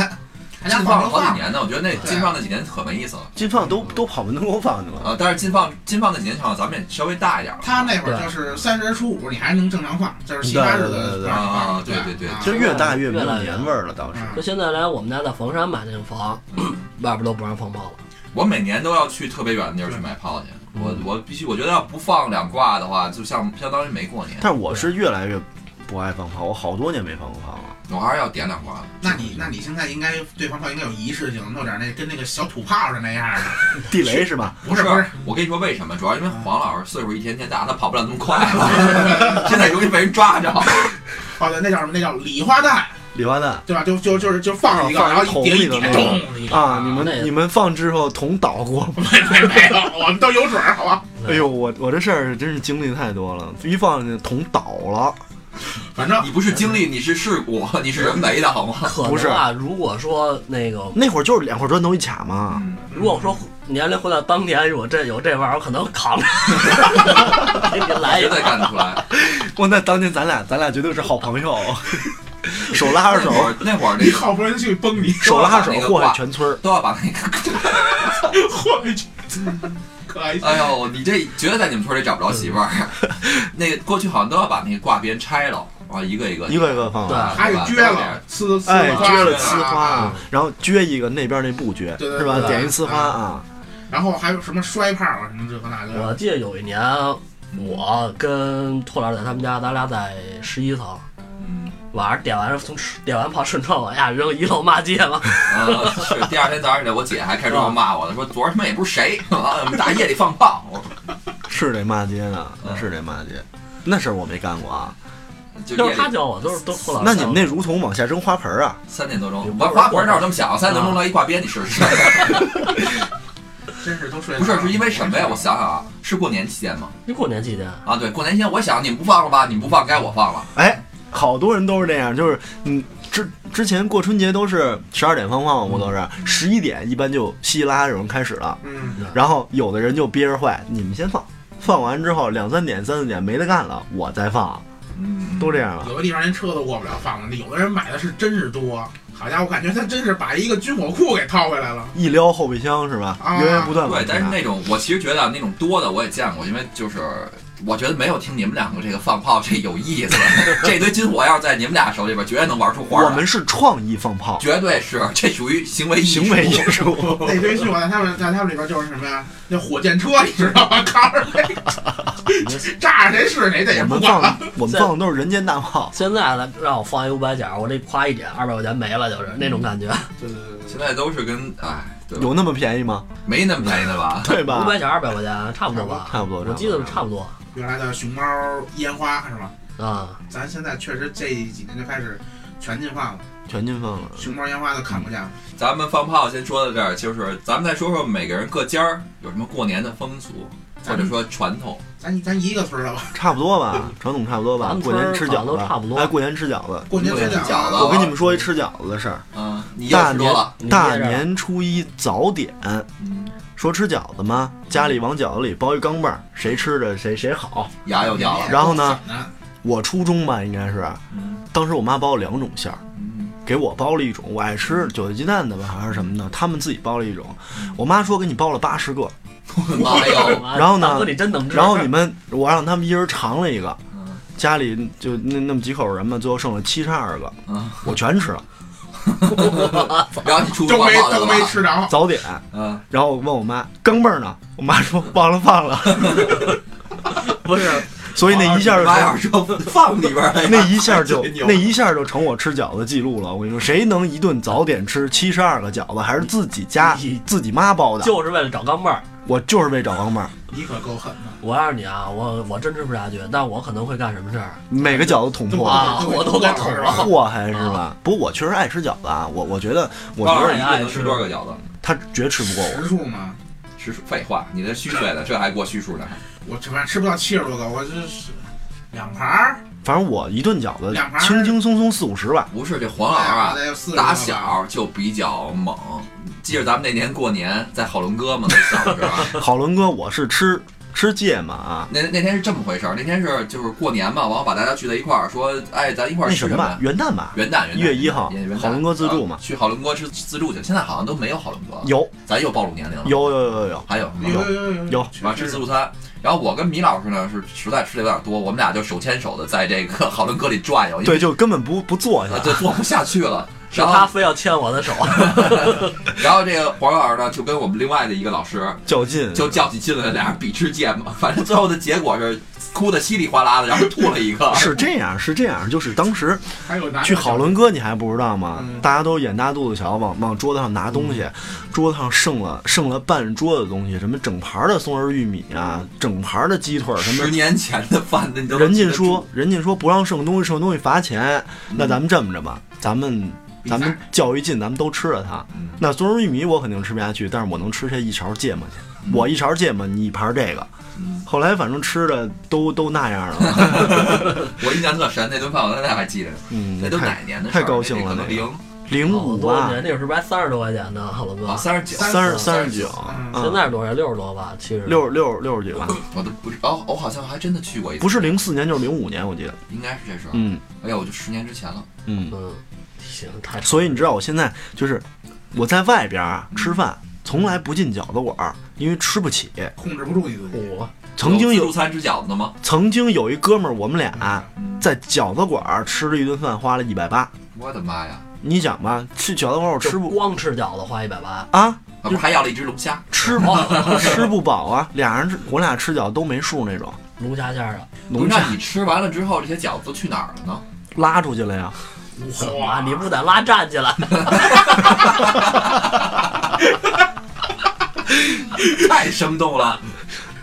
S3: 大家
S1: 禁放了
S3: 就
S1: 好几
S3: 放。
S1: 年呢，我觉得那禁放那几年可没意思了
S6: 金放都都跑门头沟放去了，
S1: 啊。但是禁放禁放那几年，好像咱们也稍微大一点了。
S3: 他那会儿就是三十初五，你还能正常放，就是其他日子不让你放
S1: 啊对对对对对对对对
S6: 啊其实越大越没
S2: 越
S6: 有
S2: 来越
S6: 年味儿了，倒是。
S3: 嗯
S2: 就现在来我们家在房山买那种房， 外边都不让放炮了。
S1: 我每年都要去特别远的地儿去买炮去。我我必须，我觉得要不放两挂的话，就像相当于没过年。
S6: 但我是越来越不爱放炮，我好多年没放过炮了。
S1: 我还是要点两挂。
S3: 那你那你现在应该对方炮应该有仪式性，弄点那跟那个小土炮似的那样的。
S6: 地雷是吧？
S3: 不是不是，
S1: 我跟你说为什么？主要因为黄老师岁数一天天大，他跑不了那么快了， 现在容易被人抓着。
S3: 哦对，那叫什么？那叫礼花弹，
S6: 礼花弹
S3: 对吧？就就就是就放一个，
S6: 啊放
S3: 然后一
S6: 桶
S3: 叠
S6: 里
S3: 一
S6: 的
S3: 叠，
S6: 那
S3: 咚
S6: 个
S3: 一个
S6: 啊！你
S2: 那也
S6: 们你们放之后桶倒过吗？
S3: 没没没有，我们都有准儿，好吧？
S6: 哎呦，我我这事儿真是经历太多了，一放那桶倒了。
S3: 反正
S1: 你不是经历，你是事故，你是人为的好吗？
S2: 可
S6: 不是
S2: 能啊，如果说那个，
S6: 那会儿就是两块砖头一卡嘛，
S1: 嗯，
S2: 如果说年龄回到当年，如果这有这玩意儿，我可能扛着 给你来一
S1: 绝对
S2: 个。
S1: 干得出来。
S6: 哇，那当年咱俩咱俩绝对是好朋友， 手拉着
S1: 那会
S6: 手，
S1: 儿那会儿那
S3: 你
S1: 个
S3: 好不容易去崩你，
S6: 手拉手祸害全村儿。
S1: 都要把那个，
S3: 嚯， 你去，可爱
S1: 哎呦，你这绝对在你们村里找不着媳妇儿。啊那个过去好像都要把那个挂鞭拆了，啊，一个一个
S6: 一个一个放
S2: 对
S6: 啊，
S3: 还给撅了，呲呲
S6: 哎，
S3: 花
S6: 撅了
S3: 啊
S6: 呲花啊，然后撅一个那边那不撅
S3: 对对
S6: 是吧？
S2: 对
S6: 点一呲花啊，
S3: 然后还有什么摔炮啊，什么这个那个，
S2: 我记得有一年，我跟拓老师在他们家，咱俩在十一层，
S1: 嗯，
S2: 晚上点完从吃点完炮顺窗往下扔，一路骂街了。
S1: 啊，是第二天早上起来，我姐还开窗户骂我呢，说昨儿他妈也不是谁， 啊，大夜里放炮，我
S6: 是得骂街呢，是得骂街。那事儿我没干过啊，
S1: 就
S2: 就
S1: 夜
S2: 是他
S1: 里
S2: 教我，都是都是拓老师。
S6: 那你们那如同往下扔花盆儿啊？
S1: 三点多
S2: 有
S1: 钟，
S2: 花
S1: 花
S2: 盆
S1: 花盆哪有这么小？三点多钟来一挂鞭，你试试。
S3: 真是都睡
S1: 不是，是因为什么呀？我想想啊，是过年期间吗？
S2: 那过年期间，
S1: 啊，对，过年期间我想你们不放了吧？你们不放，该我放了。
S6: 哎，好多人都是这样，就是嗯，之之前过春节都是十二点放放，我都是十一点一般就稀拉这种开始了，
S3: 嗯，
S6: 然后有的人就憋着坏，你们先放，放完之后两三点、三四点没得干了，我再放，
S1: 嗯
S6: 都这样了。
S3: 有的地方连车都过不了放了，有的人买的是真是多，好家伙，感觉他真是把一个军火库给掏回 来了。
S6: 一撩后备箱是吧？
S3: 啊
S6: 源源不断往
S1: 对，
S6: 里
S1: 但是
S6: 拿
S1: 那种我其实觉得啊那种多的我也见过，因为就是我觉得没有听你们两个这个放炮这有意思。这堆军火要是在你们俩手里边，绝对能玩出花
S6: 我
S1: 来。
S6: 们是创意放 炮，
S1: 绝对是，这属于行为艺术
S6: 行为艺术。
S3: 那堆军火在他们在他们里边就是什么呀？那火箭车，你知道吗？扛着那 个炸着谁是谁，这也
S6: 我
S3: 不
S6: 们
S3: 管 了。
S6: 放我们放的都是人间大炮，
S2: 现在来让我放一五百角，我这夸一点二百块钱没了，就是那种感觉。
S3: 对对对对
S1: 现在都是跟哎，对吧
S6: 有那么便宜吗？
S1: 没那么便宜的吧？
S6: 对
S2: 五
S6: 吧？
S2: 百角二百块钱差不多吧？
S6: 嗯差不多，
S2: 我记得差不多
S3: 原来的熊猫烟花是吧？
S2: 啊。
S3: 咱现在确实这几年就开始全禁放了，
S6: 全军放了。
S3: 熊猫烟花都砍不下了。
S1: 咱们放炮先说到这儿，就是咱们再说说每个人各家儿有什么过年的风俗，或者说传统。
S3: 咱咱一个村儿的吧，
S6: 差不多吧，传统差不多
S2: 嗯
S6: 吧
S2: 咱。们
S6: 过年吃饺
S2: 村儿好像都
S6: 子，
S2: 差不多
S6: 哎，过年吃饺子。
S3: 过年吃
S1: 过年吃饺子
S3: 饺子。
S6: 我跟你们说一吃饺子的事儿。
S1: 嗯，你又
S6: 大
S1: 吃多
S6: 年
S1: 了，
S6: 大年初一早点，
S1: 嗯
S6: 说吃饺子吗？家里往饺子里包一钢镚儿，谁吃着谁谁好。
S1: 牙又掉了。
S6: 然后呢？我初中吧，应该是，当时我妈包了两种馅儿，
S1: 嗯
S6: 给我包了一种，我爱吃韭菜鸡蛋的吧，还是什么的，他们自己包了一种。我妈说给你包了八十个，
S1: 妈哟，
S2: 啊
S6: 然后呢
S2: 大哥你真能 吃。
S6: 然后你们，我让他们一人尝了一个，
S1: 嗯
S6: 家里就那那么几口人嘛，最后剩了七十二个，
S1: 嗯，
S6: 我全吃了
S1: 然后你出去
S3: 都
S1: 放
S3: 没
S1: 炮去了
S3: 都没
S1: 吧？
S3: 吃着，
S6: 早点。
S1: 嗯，
S6: 然后我问我妈钢镚儿呢，我妈说忘了放了，
S2: 不是
S6: 所以那一下就
S1: 妈要
S6: 成
S1: 是说放里边儿了，
S6: 那一下就
S1: 太牛
S6: 那一下就成我吃饺子记录了。我跟你说，谁能一顿早点吃七十二个饺子，还是自己家
S2: 你
S6: 自己妈包的？
S2: 就是为了找钢镚儿。
S6: 我就是为找钢镚儿，
S3: 你可够狠的。
S2: 我告诉你啊，我我真吃不下去，但我可能会干什么事儿
S6: 每个饺子捅破。
S3: 哇
S2: 啊？我都给捅
S3: 哇
S2: 了。
S6: 祸害是吧？不过我确实爱吃饺子啊，我我觉得，我
S1: 告
S6: 觉
S1: 诉
S6: 得
S1: 你，一顿能吃多少个饺子？
S6: 他绝吃不过我。
S3: 实数吗？
S1: 吃数废话，你这虚岁的，这还给我虚数呢？
S3: 我这边吃不到七十多个，我这是两盘儿，
S6: 反正我一顿饺子
S3: 两盘儿
S6: 轻轻松松四五十 吧。
S1: 不是这黄老二啊，
S3: 哎得有四十多个吧
S1: 打小就比较猛。记着咱们那年过年在好伦哥嘛，那小时 候，啊
S6: 好伦哥，我是吃吃芥末啊，
S1: 那那天是这么回事儿，那天是就是过年嘛，完我把大家聚在一块儿，说，哎，咱一块儿
S6: 那
S1: 吃
S6: 什
S1: 什
S6: 么
S1: 么
S6: 吧
S1: 呀？，
S6: 元旦吧，
S1: 元旦，元旦
S6: 一月一号
S1: 元旦
S6: 好伦哥自助嘛
S1: 啊去好伦哥吃自助去。现在好像都没有好伦哥了，
S6: 有
S1: 咱又暴露年龄了。
S6: 有有有有 有，
S1: 还有什么
S3: 有有有
S6: 有
S1: 完吃自助餐，然后我跟米老师呢是实在吃的有点多，我们俩就手牵手的在这个 好伦哥里转悠，因为
S6: 对，就根本不不坐
S1: 啊
S6: 下，
S1: 就坐不下去了。
S2: 是
S1: 然
S2: 他
S1: 后，
S2: 非要牵我的手，
S1: 然后这个黄老师呢，就跟我们另外的一个老师，
S6: 较
S2: 嗯
S6: 劲。
S1: 就较起劲来，俩人比吃芥末。反正最后的结果是哭得稀里哗啦的，然后吐了一 个。
S6: 是这样，是这样，就是当时
S3: 还有拿
S6: 去好伦哥，你还不知道吗
S3: 嗯？
S6: 大家都眼大肚子小，往往桌子上拿东西，桌子上剩了剩了半桌子东西，什么整盘的松仁玉米啊，整盘的鸡腿儿什么
S1: 十。年前的饭，那你都能
S6: 人
S1: 记
S6: 家
S1: 得住
S6: 说，人家说不让剩东西，剩东西罚钱。那咱们这么着吧，咱们
S3: 比赛
S6: 咱们较一劲，咱们都吃了它。
S1: 嗯
S6: 那松仁玉米我肯定吃不下去，但是我能吃下一勺芥末去。我一勺芥末，你一盘这个。
S1: 嗯
S6: 后来反正吃的都 都那样了，
S1: 我印象特深，那顿饭我现在还记着呢。
S6: 嗯
S1: 那，都哪
S6: 太
S1: 年的事儿？
S6: 太高兴了
S1: 那可能
S6: 那个
S1: 零
S6: 零
S2: 好
S6: 五
S2: 多
S6: 啊，
S2: 年那时候还三十多块钱呢，好了哥
S1: 啊，，三十九，
S6: 三十
S3: 三
S6: 三
S3: 十
S6: 十九，
S3: 嗯
S2: 现在是多少？六十多吧，七十。
S6: 六六六十几吧，
S1: 我都不知哦，我好像还真的去过一次，
S6: 不是，零四年就是零五年，我记得。
S1: 应该是这时候。
S6: 嗯
S1: 哎呀，我就十年之前了。
S6: 嗯，
S2: 嗯，行，太
S6: 所以你知道我现在就是我在外边啊吃饭，从来不进饺子馆儿，因为吃不起。
S3: 控制不住你自己。
S2: 苦了。
S6: 曾经
S1: 自
S6: 有
S1: 助餐吃饺子吗？
S6: 曾经有一哥们儿，我们俩
S1: 嗯
S6: 在饺子馆儿吃了一顿饭，花了一百八。
S1: 我的妈呀！
S6: 你想吧，去饺子馆儿我吃
S2: 就
S6: 不
S2: 光吃饺子花一百八，
S6: 啊，
S1: 啊，不是还要了一只龙虾，
S6: 吃不吃不饱啊，俩人吃我俩吃饺子都没数那种，
S2: 龙虾馅儿啊！
S1: 不
S6: 龙
S1: 是？
S6: 虾
S1: 那你吃完了之后，这些饺子去哪儿了呢？
S6: 拉出去了呀。
S2: 哇，你不得拉站起来？
S1: 太生动了。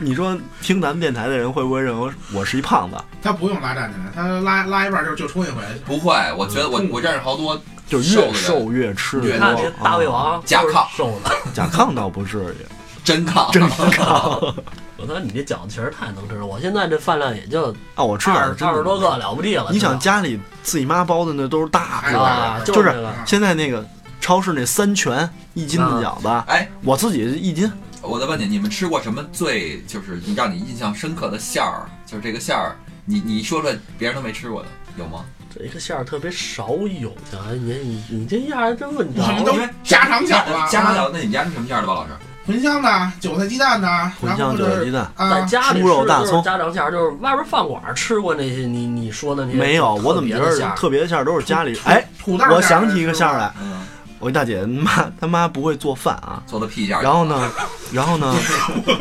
S6: 你说听咱们电台的人会不会认为我是一胖子？
S3: 他不用拉站起来，他拉拉一半就就冲一回。
S1: 不会，我觉得我我认识好多
S6: 就是越瘦越吃
S1: 瘦的
S6: 的
S1: 人
S6: 啊
S2: 你看这大胃王
S1: 甲亢
S2: 就是瘦的，
S6: 甲亢倒不至于，
S1: 真炕，
S6: 真 啊高。
S2: 我说你这饺子确实太能吃了，我现在这饭量也就
S6: 啊，我吃点
S2: 二
S6: 儿
S2: 十二十多个。了不地了。
S6: 你想
S2: 知道
S6: 家里自己妈包的那都是大
S3: 哎
S6: 个儿，
S2: 啊，
S6: 就是是
S2: 这
S3: 嗯
S2: 个
S6: 现在那个超市那三全一斤的饺子，
S1: 哎，
S6: 我自己一斤，
S1: 我再问你，你们吃过什么最就是让你印象深刻的馅儿？就是这个馅儿，你你说出来别人都没吃过的，有吗？
S2: 这一个馅儿特别少有的，你你你这样还真问着
S3: 我们都
S1: 因为
S3: 家常饺子啊
S1: 家常饺子，那你们家是什么馅儿的吧，老师？
S3: 茴香的、韭菜鸡蛋的，
S6: 茴
S3: 然
S6: 香
S3: 后
S6: 韭
S3: 就
S6: 菜
S3: 是
S6: 鸡蛋。
S2: 在
S3: 啊，
S2: 家里
S6: 猪
S2: 吃
S6: 肉
S2: 的
S6: 大
S2: 就是
S6: 葱
S2: 家常馅儿，就是外边饭馆儿吃过那些你你说的那些
S6: 没有，
S2: 特
S6: 我怎么
S2: 别
S6: 觉
S2: 的馅
S6: 得
S2: 儿
S6: 特别的馅儿都是家里？哎，
S3: 土豆。
S6: 我想起一个馅儿，来，
S1: 嗯，
S6: 我一大姐妈 她妈不会做饭啊，
S1: 做的屁馅儿。
S6: 然后呢，然后呢，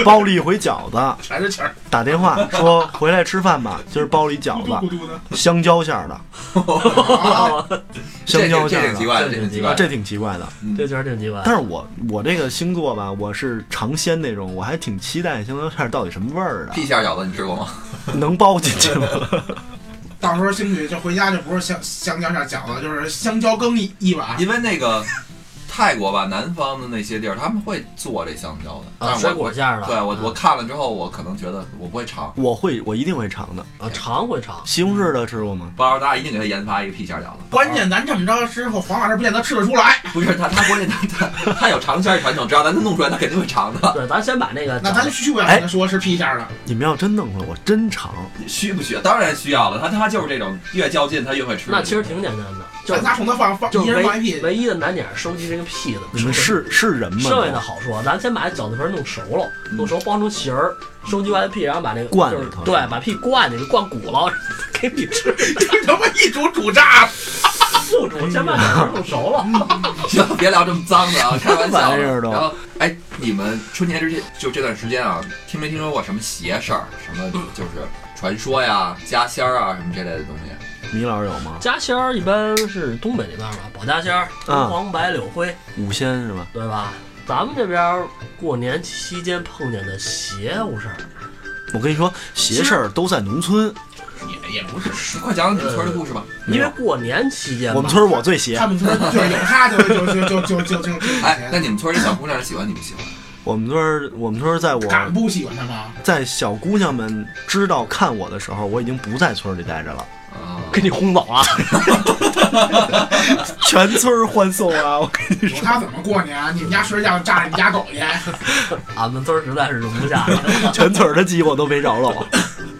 S6: 包了一回饺子，
S3: 全是钱儿，
S6: 打电话说回来吃饭吧，今儿包了一
S3: 咕
S6: 饺
S3: 嘟咕
S6: 子，
S3: 嘟的。
S6: 香蕉馅儿的，
S2: 哦
S1: 这
S6: 香
S1: 这
S6: 蕉
S1: 这
S6: 馅儿
S1: 挺奇
S6: 的，
S1: 怪的，这挺奇怪
S6: 啊，
S1: 的。
S6: 这挺奇怪的。
S2: 这确实挺奇怪。
S6: 但是我我这个星座吧，我是尝鲜那种，我还挺期待香蕉馅儿到底什么味儿
S1: 屁
S6: 的，
S1: 馅儿饺子你吃过吗？
S6: 能包进去吗？
S3: 到时候兴许就回家就不是香香蕉馅儿饺子，就是香蕉羹一一碗。
S1: 因为那个泰国吧，南方的那些地儿他们会做这香蕉的，
S2: 啊，
S1: 但是
S2: 水
S1: 我
S2: 果馅儿的，
S1: 对我
S2: 嗯
S1: 我看了之后，我可能觉得我不会尝，
S6: 我会，我一定会尝的。
S2: 啊尝会尝，
S6: 西红柿的吃过吗？
S1: 不然大家一定给他研发一个屁馅儿饺子。
S3: 关键咱这么着之后，黄老师不见得吃得出来，
S1: 不是他，他关键他他他有尝鲜儿传统，只要咱能弄出来，他肯定会尝的。
S2: 对，咱先把那个
S3: 那咱去不了跟他说是屁馅儿的。
S6: 你们要真弄出来，我真尝。
S1: 需不需？当然需要了。他他就是这种越较劲他越会吃。
S2: 那其实挺简单的，就
S3: 咱仨冲他放放，
S2: 就
S3: 一人放一
S2: 唯
S3: 屁。
S2: 唯一的难点是收集这个屁的。
S6: 你们是是人吗？
S2: 剩下的好说，咱先把饺子皮儿弄熟了，弄熟包成形儿，收集完的屁，然后把那个
S6: 灌
S2: 就是
S6: 嗯里头
S2: 对，把屁灌进去，灌鼓了，给你 吃。
S3: 这他妈一煮煮炸了，
S2: 不煮，先把饺子弄熟
S6: 嗯
S2: 了。
S1: 行，别聊这么脏的啊，开玩 笑
S6: 玩意
S1: 的。
S6: 儿都
S1: 然后，哎，你们春节之前就这段时间啊，听没听说过什么邪事儿？什么
S2: 嗯
S1: 就是传说呀、家仙儿啊什么这类的东西？
S6: 米老师有吗？
S2: 家仙儿一般是东北那边儿吧，保家仙儿，
S6: 啊
S2: 红黄白柳灰，
S6: 五仙是吧？
S2: 对吧？咱们这边儿过年期间碰见的邪乎事儿，
S6: 我跟你说，邪事儿都在农村。
S3: 也也不是。
S1: 快讲讲你们村儿的故事吧。
S6: 没
S2: 因
S6: 有
S2: 为过年期间吧
S6: 我们村儿我最邪
S3: 他，们村儿就是有他就就就就就就就
S2: 嗯
S3: 就
S1: 哎，那你们村儿这小姑娘喜欢你不喜欢？
S6: 我们村儿我们村儿在
S3: 敢
S6: 我
S3: 不喜欢他吗？
S6: 在小姑娘们知道看我的时候，我已经不在村儿里待着了，
S1: 啊，
S2: 嗯
S6: 给你轰走啊！ 全村儿欢送啊！我跟你
S3: 有他怎么过年？你们家睡觉炸你们家狗去？
S2: 俺们村儿实在是容不下 了，
S6: 全村儿的鸡我都没着落。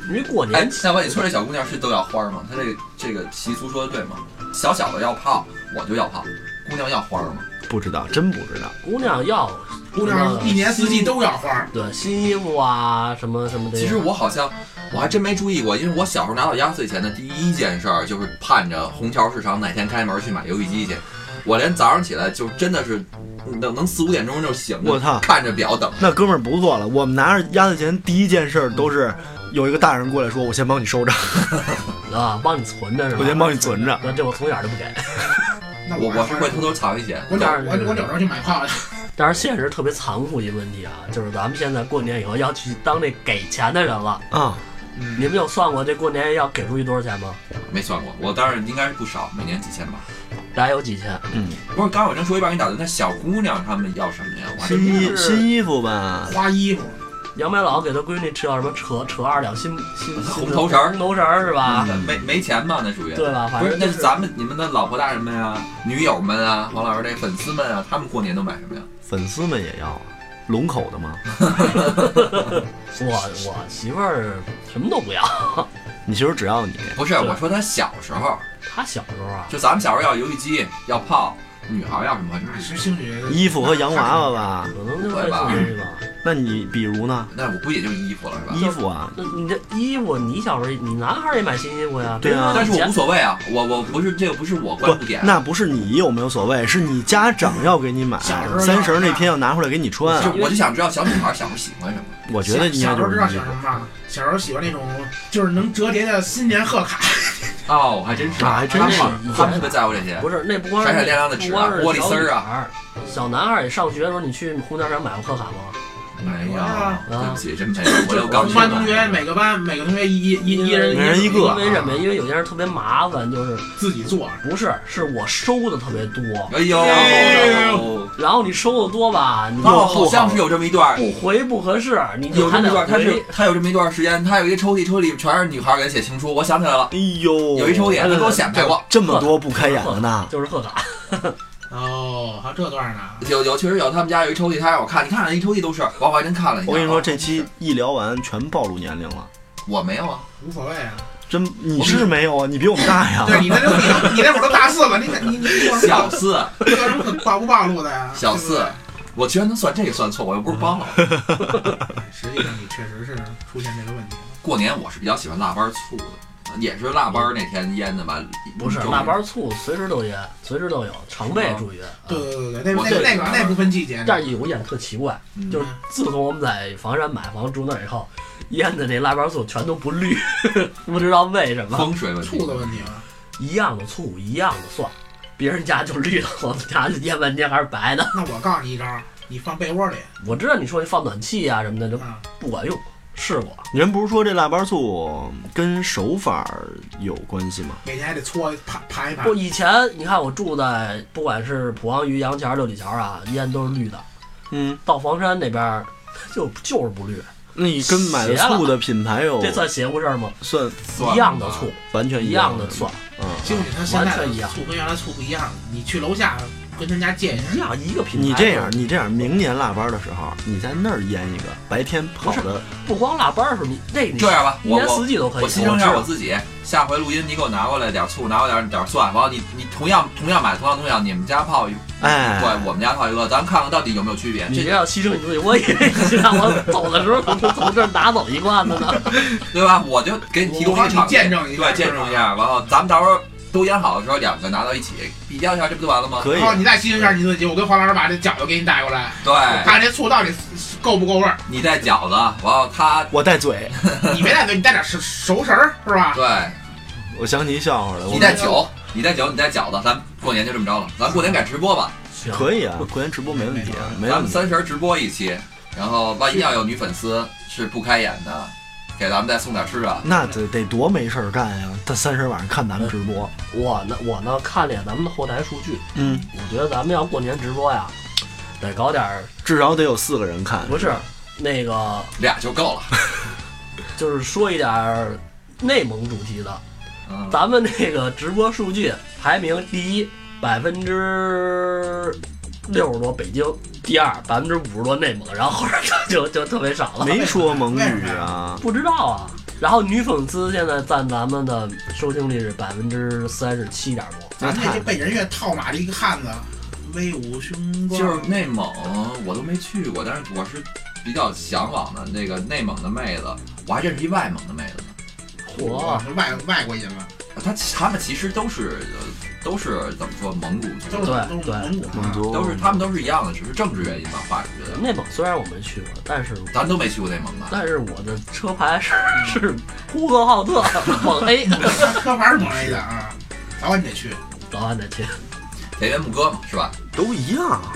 S2: 因为过
S1: 哎
S2: 年，期
S1: 那问你村儿这小姑娘是都要花儿吗？她这个这个习俗说的对吗？小小的要炮，我就要炮。姑娘要花儿吗？
S6: 不知道，真不知道。
S2: 姑娘要
S3: 姑娘一年四季都要花儿，
S2: 对新衣服啊，什么什么的。
S1: 其实我好像我还真没注意过，因为我小时候拿到压岁钱的第一件事儿就是盼着虹桥市场哪天开门去买游戏机去。我连早上起来就真的是能能四五点钟就醒
S6: 我
S1: 了，
S6: 操
S1: 看着表等。
S6: 那哥们儿不错了，我们拿着压岁钱第一件事儿都是有一个大人过来说：“我先帮你收着，
S2: 啊，帮你存着是吧？
S6: 我先帮你存着。
S2: 那这我从小就不给，
S3: 那
S1: 我我
S3: 我
S1: 是会偷偷藏一些，
S3: 我扭我我扭头去买炮去。
S2: 但是现实特别残酷一个问题啊，就是咱们现在过年以后要去当这给钱的人了。”
S6: 啊，
S2: 你们有算过这过年要给出去多少钱吗？
S1: 没算过。我当然应该是不少，每年几千吧。
S2: 大概有几千？
S1: 不是，刚才我正说一半，你打断。那小姑娘她们要什么呀？我还
S6: 新
S1: 真
S6: 衣新衣服吧，
S3: 花衣服，
S2: 杨梅老给他闺女吃叫什么扯扯二两新新新
S1: 红头绳儿
S2: 红头绳儿是吧？
S1: 啊没没钱嘛，那属于。
S2: 对吧？反
S1: 不是，
S2: 正
S1: 那
S2: 就是
S1: 咱们你们的老婆大人们啊、女友们啊、黄老师这粉丝们啊，他们过年都买什么呀？
S6: 粉丝们也要啊，龙口的吗？
S2: 我我媳妇儿什么都不要。
S6: 你媳妇儿只要你，
S1: 不是，
S2: 是
S1: 我说她小时候，
S2: 她小时候啊，
S1: 就咱们小时候要游戏机，要炮，女孩要什么什么。
S3: 是兴许
S6: 衣服和洋娃娃吧？
S2: 可能就
S1: 对
S2: 会
S1: 吧
S2: 送这个。
S6: 那你比如呢？
S1: 那我估计也就衣服了，是吧？
S6: 衣服啊，
S2: 那你这衣服，你小时候你男孩儿也买新衣服呀？
S6: 对啊
S1: 但是我无
S2: 钱
S1: 所谓啊，我我不是这个不是我
S6: 不
S1: 关注，点，
S6: 那不是你有没有所谓，是你家长要给你买，
S3: 小时候要
S6: 三十儿那天要拿回来给你穿
S1: 就
S6: 啊。
S1: 是我就想知道小女孩小时候喜欢什么。
S6: 我觉得应
S3: 小
S6: 该
S3: 时候
S6: 就
S3: 知
S6: 是
S3: 道
S6: 衣
S3: 喜欢什
S6: 服
S3: 么吗？小时候喜欢那种就是能折叠的新年贺卡，
S1: 哦，还真是，
S6: 啊还真
S1: 他们
S2: 是
S1: 他们特别在乎这些。
S2: 不是，那不光是
S1: 闪闪亮亮的
S2: 不
S1: 纸啊
S2: 光是
S1: 玻璃丝儿
S2: 啊。小男孩儿也上学的时候，你去红桥上买过贺卡吗？
S1: 没有，
S3: 啊
S1: 对不起，真没有，我
S3: 就
S1: 就刚
S3: 同
S1: 学
S3: 班
S1: 完
S3: 同学，每个班每个同学一一一一人
S6: 每人一个
S2: 因
S1: 啊
S2: 为什么？因为有些人特别麻烦，就是
S3: 自己做，
S2: 不是是我收的特别多，
S1: 哎呦，
S3: 哎
S2: 然后你收的多吧，你就
S1: 哦，好像是有这么一段儿，
S2: 不回不合适，你就
S1: 有这
S2: 还
S1: 么一
S2: 得
S1: 段儿，他是
S2: 回。
S1: 他有这么一段儿时间，他有一抽屉，抽屉里全是女孩儿给他写情书，我想起来了，
S6: 哎呦，
S1: 有一抽屉，
S2: 哎
S1: 他
S2: 对
S1: 给我显摆过，
S6: 这么多不开眼的呢，
S2: 就是贺卡，
S3: 哦，还有这段呢，
S1: 有有确实有，他们家有一抽屉，他让我看，你看一抽屉都是，我我还真看了，
S6: 我跟你说，
S1: 看啊
S6: 这期一聊完全暴露年龄了。
S1: 我没有啊，
S3: 无所谓啊。
S6: 真，你是没有啊？你比我们大呀！
S3: 对你那都你都你那会儿都大四了，你你你你有什
S1: 小
S3: 么
S1: 四，
S3: 有什么可暴不暴露的呀？
S1: 小
S3: 对不
S1: 四
S3: 对
S1: 我居然能算这个算错，我又不是帮了。
S3: 实际上你确实是出现这个问题了。
S1: 过年我是比较喜欢腊八醋的，也是腊八那天腌的吧？
S2: 不是
S1: 就
S2: 腊八醋，随时都腌，随时都有，常备
S1: 是吗
S2: 注约。啊
S3: 对对对对，那
S1: 我
S3: 那
S1: 嗯对
S3: 那个那不分季节，
S2: 但是有一点特奇怪，就是自从我们在房山买房住那儿以后，腌的那腊八醋全都不绿， 不知道为什么。
S1: 风水问题
S3: 醋。的问题嘛。
S2: 一样的醋，一样的蒜，别人家就绿的，我们家腌半天还是 白的。
S3: 那我告诉你一招，你放被窝里
S2: 我知道你说那放暖气啊什么的就
S3: 啊，
S2: 不管用，试过。
S6: 人不是说这腊八醋跟手法儿有关系吗？
S3: 每天还得搓盘盘一盘
S2: 我。以前你看我住在不管是浦王鱼、杨桥、六里桥啊，腌都是绿的，
S6: 嗯，
S2: 到房山那边儿就就是不绿，
S6: 那你跟买的醋的品牌有
S2: 这算邪乎事儿吗？
S6: 算
S1: 算了吧
S2: 一样的醋，
S6: 完全
S2: 一
S6: 样
S2: 样的蒜，
S6: 嗯，
S3: 就是他现在
S2: 完全一
S3: 的
S2: 样
S3: 醋跟原来醋不一样，你去楼下跟人家借一下
S2: 一。样一个品牌。
S6: 你这样，你这样，明年腊八的时候，你在那儿腌一个，白天泡的，
S2: 不光腊八儿是你那你
S1: 这样吧，
S2: 一
S1: 我
S2: 年
S1: 我
S2: 四季都可以。
S1: 我牺牲一下我
S2: 知
S1: 自己，下回录音你给我拿过来点醋，拿过来点点蒜，完了你你同样同样买同样东西，你们家泡一个，
S6: 哎
S1: 对，我们家泡一个，咱看看到底有没有区别
S2: 道。你这
S1: 这
S2: 要牺牲你自己，我以为你让我走的时候从从这儿拿走一罐子呢。
S1: 对吧？我就给你提供一个
S3: 我帮
S1: 场
S3: 你
S1: 景
S3: 见证一下
S1: 对，见证一下。完了，咱们到时候都腌好的时候，两个拿到一起比较一下，这不就完了吗？
S6: 可以
S3: 然。后你再牺牲一下你自己，我跟黄老师把这饺子给你带过来，
S1: 对，
S3: 看这醋到底够不够味儿。
S1: 你带饺子，完了他
S6: 我带嘴，
S3: 你别带嘴，你带点熟熟食儿是吧？
S1: 对，
S6: 我想起一笑话来，我
S1: 你带酒，你带酒，你带饺子，咱过年就这么着了，咱过年改直播吧，
S2: 行
S6: 可以啊，过年直播没问题啊，没
S1: 咱
S6: 问
S1: 们
S6: 题。
S1: 三十儿直播一期，然后万一要有女粉丝是不开眼的，给咱们再送点吃的。
S6: 那得得多没事儿干呀！他三十晚上看咱们直播，
S2: 我呢，我呢看了眼咱们的后台数据，
S6: 嗯，
S2: 我觉得咱们要过年直播呀，得搞点儿，
S6: 至少得有四个人看。
S2: 不是那个，
S1: 俩就够了，
S2: 就是说一点儿内蒙主题的。
S1: 嗯，
S2: 咱们那个直播数据排名第一，百分之六十多北京，第二百分之五十多内蒙，然后后边就就就特别少了，
S6: 没说蒙语啊，
S2: 不知道啊。然后女粉丝现在占咱们的收听率是百分之三十七点多，
S3: 咱
S6: 那
S3: 这
S6: 太
S3: 就被人越套马的一个汉子，威武雄壮。
S1: 就是内蒙，我都没去过，但是我是比较向往的那个内蒙的妹子，我还认识一外蒙的妹子呢。
S2: 嚯！
S3: 外外国人嘛，
S1: 她她们其实都是呃都是怎么说蒙古族
S3: 都是
S2: 对
S3: 都是蒙
S2: 对
S3: 古啊
S6: 蒙
S3: 嘛。
S6: 族
S1: 都是她们都是一样的，只是政治原因吧，话是觉得，
S2: 内蒙虽然我没去过，但是
S1: 咱都没去过内蒙吧？
S2: 但是我的车牌是是呼和浩特蒙 A，
S3: 车牌是蒙黑的啊，早晚你得去。
S2: 早晚得去。
S1: 田园牧歌嘛，是吧？
S6: 都一样，啊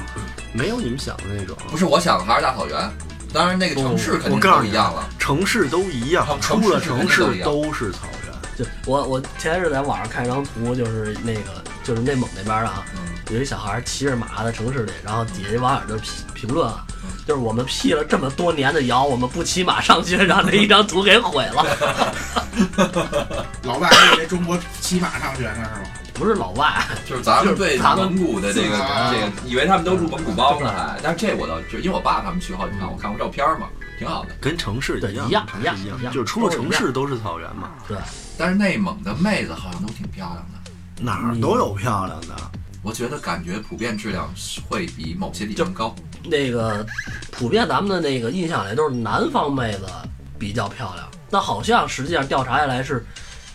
S6: 没有你们想的那种。
S1: 不是，我想的还是大草原。当然，那个城
S2: 哦
S1: 市肯定
S6: 我告诉
S1: 不
S6: 你
S1: 一样了。
S6: 城市都一样
S1: 城，
S6: 出了
S1: 城市
S6: 城
S1: 肯定都一样
S6: 市都是草原。
S2: 就我我前日在网上看一张图，就是那个就是内蒙那边的啊，
S1: 嗯，
S2: 有一小孩骑着马在城市里，然后底下网友就评评论啊
S1: 嗯，
S2: 就是我们辟了这么多年的谣，我们不骑马上学，让这一张图给毁了。
S3: 老外还以为中国骑马上学呢是吧？
S2: 不是老外，
S1: 就是咱们对
S2: 就是咱们
S1: 蒙古的这个
S3: 自己啊
S1: 这个，以为他们都住蒙古包呢，还。但是这我倒就因为我爸他们去好几趟，我看过照片嘛，挺好的。
S6: 跟城市一样，
S2: 对一样
S6: 城市
S2: 一样
S6: 一
S2: 一样
S6: 就是出了城市都是草原嘛，
S2: 对，
S1: 但是内蒙的妹子好像都挺漂亮的，
S2: 嗯
S6: 哪儿都有漂亮的。
S2: 啊
S1: 我觉得感觉普遍质量是会比某些地方高。
S2: 那个普遍咱们的那个印象里都是南方妹子比较漂亮，那好像实际上调查下来是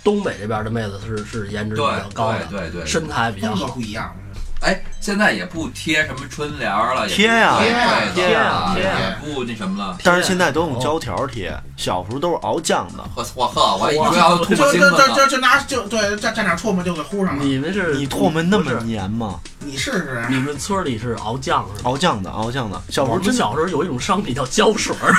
S2: 东北这边的妹子是是颜值比
S1: 对
S2: 较高的，
S1: 对对对。
S2: 身材比较
S3: 风格
S2: 好
S3: 不。一样。
S1: 哎，现在也不贴什么春联儿了，也不
S6: 贴呀
S1: 对对
S2: 贴呀
S1: 的
S2: 贴呀
S1: 也不那什么了。
S6: 但是现在都用胶条贴，小时候都是熬酱的。
S1: 我我呵，我一说要吐
S3: 就
S1: 沫星
S3: 就
S1: 子
S3: 就
S1: 呢。
S3: 就就拿就对蘸蘸点唾沫就给糊上了。
S2: 你们是
S6: 嗯你唾沫那
S2: 不
S6: 么
S2: 是
S6: 粘吗？
S3: 你试啊试，
S2: 你们村里是熬酱是吧？
S6: 熬酱的，熬酱的。哦小
S2: 我
S6: 时候
S2: 们
S6: 真的
S2: 小时候有一种商品叫胶水儿，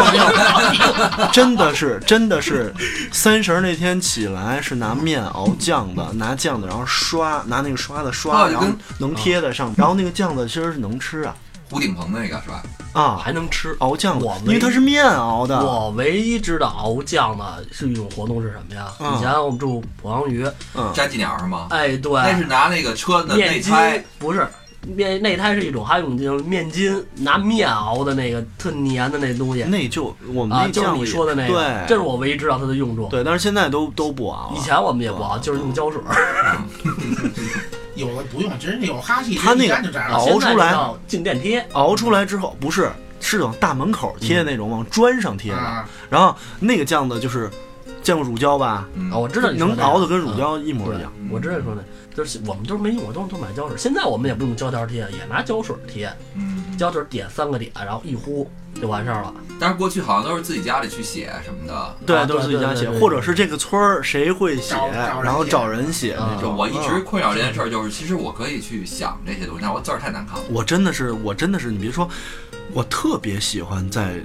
S6: 真的是真的是，三十儿那天起来是拿面熬酱的，拿酱的，然后刷，拿那个刷子刷，
S1: 哦就
S6: 然
S1: 跟
S6: 后能贴在
S2: 嗯
S6: 上面，然后那个酱子其实是能吃啊
S1: 胡顶棚那个是吧？
S6: 啊，
S2: 还能吃。
S6: 熬酱的
S2: 我，
S6: 因为它是啊面熬的，
S2: 我唯一知道熬酱的是一种活动是什么呀？
S6: 嗯
S2: 以前我们住鄱阳鱼，
S6: 嗯，
S1: 粘鸡鸟是吗？
S2: 哎，对，
S1: 那是拿那个车的内
S2: 面筋
S1: 胎，
S2: 不是面内胎是一种，还有一种就是面筋，拿面熬的那个特黏的那东西
S6: 那就我们
S2: 啊，
S6: 嗯那
S2: 就是
S6: 酱
S2: 你
S6: 里
S2: 说的那个，这是
S6: 对
S2: 我唯一知道它的用处。
S6: 对，但啊嗯是现在都都不熬了。
S2: 以前我们也不熬，就是用胶水儿。
S3: 有的不用，真是有哈气，
S6: 他那个
S3: 一沾就沾了。
S6: 熬
S3: 啊
S6: 出来
S2: 现在叫静电贴，
S6: 熬出来之后不是是往大门口贴的那种，往砖上贴
S2: 嗯
S6: 的，
S3: 啊，
S6: 然后那个酱子就是见过乳胶吧，
S1: 嗯
S2: 啊，我知道你说
S6: 能
S2: 那个
S6: 熬的跟乳
S2: 嗯
S6: 胶一模一
S2: 对
S6: 样。，
S2: 我知道你说的，就是我们都是没用过，都都买胶水。现在我们也不用胶条贴，也拿胶水贴，
S1: 嗯，
S2: 胶水点三个点，然后一呼就完事儿了。
S1: 但是过去好像都是自己家里去写什么
S6: 哦
S1: 的，
S2: 啊
S6: 都是自己
S2: 对对
S6: 家
S2: 对
S6: 写，
S2: 对
S6: 或者是这个村儿谁会写，
S3: 找找人
S6: 然后
S3: 写
S6: 找人写那
S2: 啊
S1: 就
S6: 种。
S1: 我一直
S6: 嗯
S1: 困扰这件事儿，就是其实我可以去想这些东西，但我字儿太难看了。
S6: 我真的是，我真的是，你别说，我特别喜欢在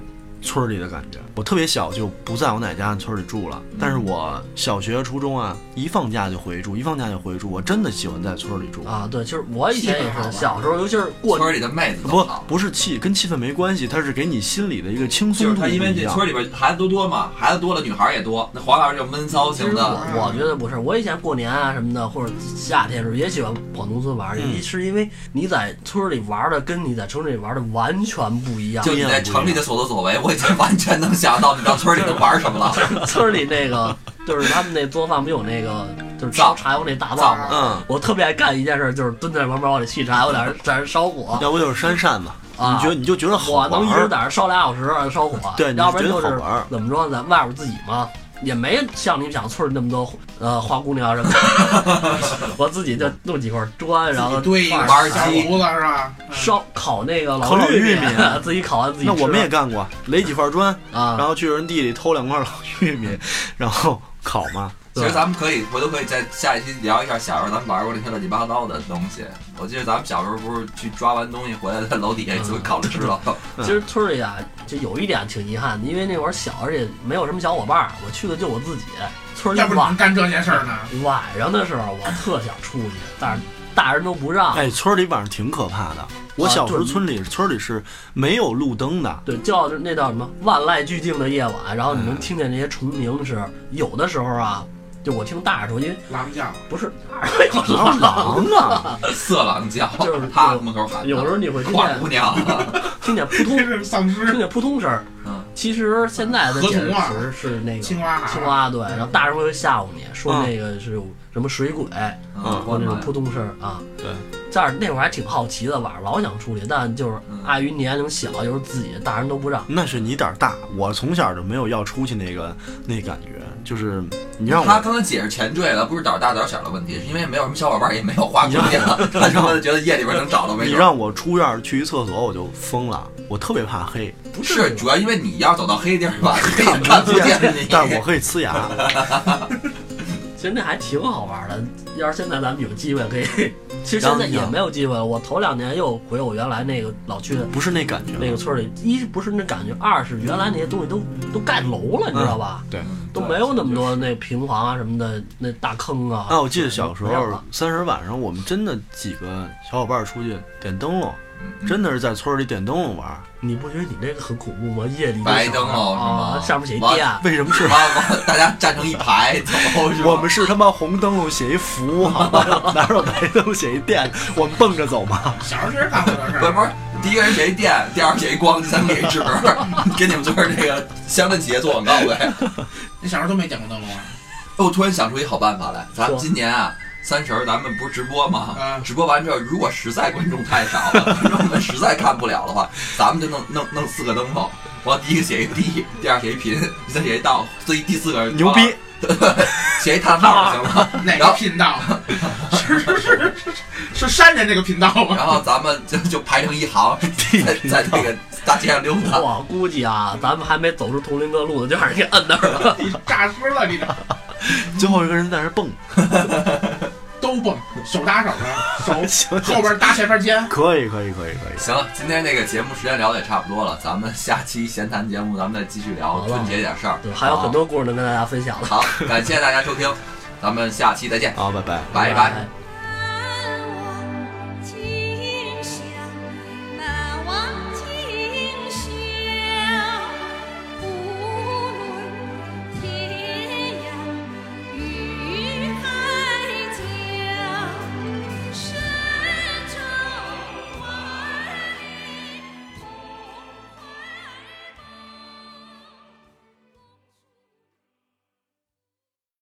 S6: 村儿里的感觉。我特别小就不在我奶家村儿里住
S2: 嗯
S6: 了，但是我小学、初中啊，一放假就回住，一放假就回住。我真的喜欢在村儿里住，
S2: 啊，对，其实我以前也
S3: 气氛好
S2: 是，
S3: 啊
S2: 小时候尤其是过
S1: 村儿里的妹子都
S6: 不
S1: 好，
S6: 不是气，跟气氛没关系，它是给你心里的一个轻
S1: 就
S6: 松
S1: 是
S6: 度
S1: 他
S6: 不
S1: 因为
S6: 一
S1: 这
S6: 样
S1: 村。儿里边孩子都多嘛，孩子多了女孩儿也多，那黄老师就闷骚
S2: 其实
S1: 型的，
S2: 我我觉得不是，我以前过年啊什么的，或者夏天的时候也喜欢跑农村玩儿，
S1: 嗯
S2: 也是因为你在村儿里玩儿的跟你在城市里玩儿的完全不一样。
S1: 就你在城里的所作所为，我已经完全能想到你到村儿里都玩什么了。
S2: 村儿里那个就是他们那做饭不有那个就是烧
S1: 灶
S2: 柴火那大灶
S1: 灶
S2: 吗？
S6: 嗯，
S2: 我特别爱干一件事儿，就是蹲在旁边往里续柴火，在那在那烧火。
S6: 要不就是扇扇子，
S2: 啊
S6: 你觉得你就觉得好
S2: 我
S6: 玩
S2: 能一
S6: 儿
S2: 直在那烧俩小时烧火，
S6: 对你
S2: 要不然
S6: 觉
S2: 就
S6: 得
S2: 是
S6: 好玩儿
S2: 怎么说，在外边自己嘛，也没像你想村里那么多呃花姑娘什么 的，我自己就弄几块砖，然后
S3: 自己堆一个
S2: 放
S1: 玩儿
S2: 上
S3: 小炉子是吧？嗯
S2: 烧烤那个
S6: 烤老
S2: 玉啊
S6: 玉米
S2: 自己烤完自己
S6: 那
S2: 吃。
S6: 我们也干过，垒几块砖，然
S2: 啊，
S6: 后去人地里偷两块老玉 米，然后烤嘛。
S1: 其实咱们可以回头可以在下一期聊一下小时候咱们玩过那些乱七八糟的东西。我记得咱们小时候不是去抓完东西回来在楼底下就烤着吃了。
S2: 其实村里啊，就有一点挺遗憾的，因为那会儿小，而且没有什么小伙伴儿，我去的就我自己。村里
S3: 要不你
S2: 晚
S3: 能干这些事儿呢？
S2: 晚上的时候，我特想出去，但是大人都不让。
S6: 哎，村儿里晚上挺可怕的。我
S2: 啊
S6: 小时候
S2: 对
S6: 村里村儿里是没有路灯的，
S2: 对，叫那叫什么万籁俱静的夜晚，然后你能听见那些虫鸣声。有的时候啊，就我听大人说，因为
S3: 狼叫，
S2: 不是哪儿有
S6: 哪有
S2: 狼
S6: 狼啊？
S1: 色狼叫
S2: 就是，
S1: 他门口喊的
S2: 有时候你会听
S1: 花
S2: 见
S1: 姑娘，
S2: 听 见扑通，
S3: 这是丧
S2: 听
S3: 尸、
S2: 见扑通声儿。
S1: 嗯
S2: 其实现在的
S3: 河
S2: 解
S3: 童啊
S2: 释是那个
S3: 青蛙、啊
S2: 青，蛙对，然后大人会吓唬你说那个是有什么水鬼，
S1: 嗯，
S2: 或
S1: 关门
S2: 者那种扑通声儿啊。
S6: 对。
S2: 但是那会儿还挺好奇的，晚上老想出去，但就是碍于年龄小，又是自己，大人都不让。
S6: 那是你胆儿大。我从小就没有要出去那个那感觉，就是你让
S1: 他
S6: 我
S1: 刚才解释前缀了，不是胆儿大胆儿小的问题，是因为没有什么小伙伴，也没有花姑娘， 他他妈的觉得夜里边能找到没
S6: 你
S1: 准儿。
S6: 让我出院儿去一厕所我就疯了，我特别怕黑，
S2: 不
S1: 不
S2: 至于
S1: 是，主要因为你要走到黑地儿吧，你也看不见你。
S6: 但是我可以呲牙。
S2: 其实那还挺好玩的。要是现在咱们有机会可以， 其实现在也没有机会了。我头两年又回我原来那个老去的
S6: 不是那感觉，
S2: 那个村里，一是不是那感觉，二是原来那些东西都都盖楼了，你知道
S1: 嗯
S2: 吧？
S6: 对，
S2: 都没有那么多那平房啊什么的，那大坑啊。
S6: 啊，我记得小时
S2: 没有
S6: 候
S2: 了
S6: 三十晚上，我们真的几个小伙伴儿出去点灯笼，
S1: 嗯
S6: 真的是在村儿里点灯笼玩儿。
S2: 你不觉得你这个很恐怖吗？夜里
S1: 白灯笼是吗
S2: 啊，上面写一电，
S6: 为什么是
S1: 是吧？ 我大家站成一排走，是吧
S6: 我们是他妈红灯笼写一福，好吧，哪有白灯笼写一电？我们蹦着走嘛。
S3: 小时候确实干过这事
S1: 不是
S3: 儿。
S1: 不是，第一个人谁电，第二个谁光，第三个谁 纸，给你们村儿这个乡镇企业做广告呗。哎
S3: 你小时候都没点过 灯笼啊？
S1: 我突然想出一好办法来，咱
S2: 说
S1: 们今年啊。三十儿，咱们不是直播吗？
S3: 嗯
S1: 直播完之后，如果实在观众太少了， 观众们实在看不了的话，咱们就弄弄 弄四个灯笼，完了第一个写一地，第二个写一贫，第三个写一道，最第四个人
S6: 牛逼
S3: 啊
S1: 完了写一叹号就行 了。
S3: 哪个频道？啊是是是是是山人这个频道 吗？
S1: 然后咱们就就排成一 行，在在那个大街上溜达。
S2: 我估计啊，咱们还没走出铜陵各路呢，就让人给摁那 儿了。
S3: 你诈尸了，你这
S6: 最后一个人在那儿蹦，
S3: 都蹦，手搭手的，手
S6: 行
S3: 后边搭前面肩。
S6: 可以可以可以可以，
S1: 行了，今天这个节目时间聊的也差不多了，咱们下期闲谈节目咱们再继续聊
S2: 好了
S1: 春节点事儿
S2: 对，，还有很多故事能跟大家分享了。
S1: 好。好，感谢大家收听，咱们下期再见，
S6: 好，拜拜。
S1: 拜
S2: 拜。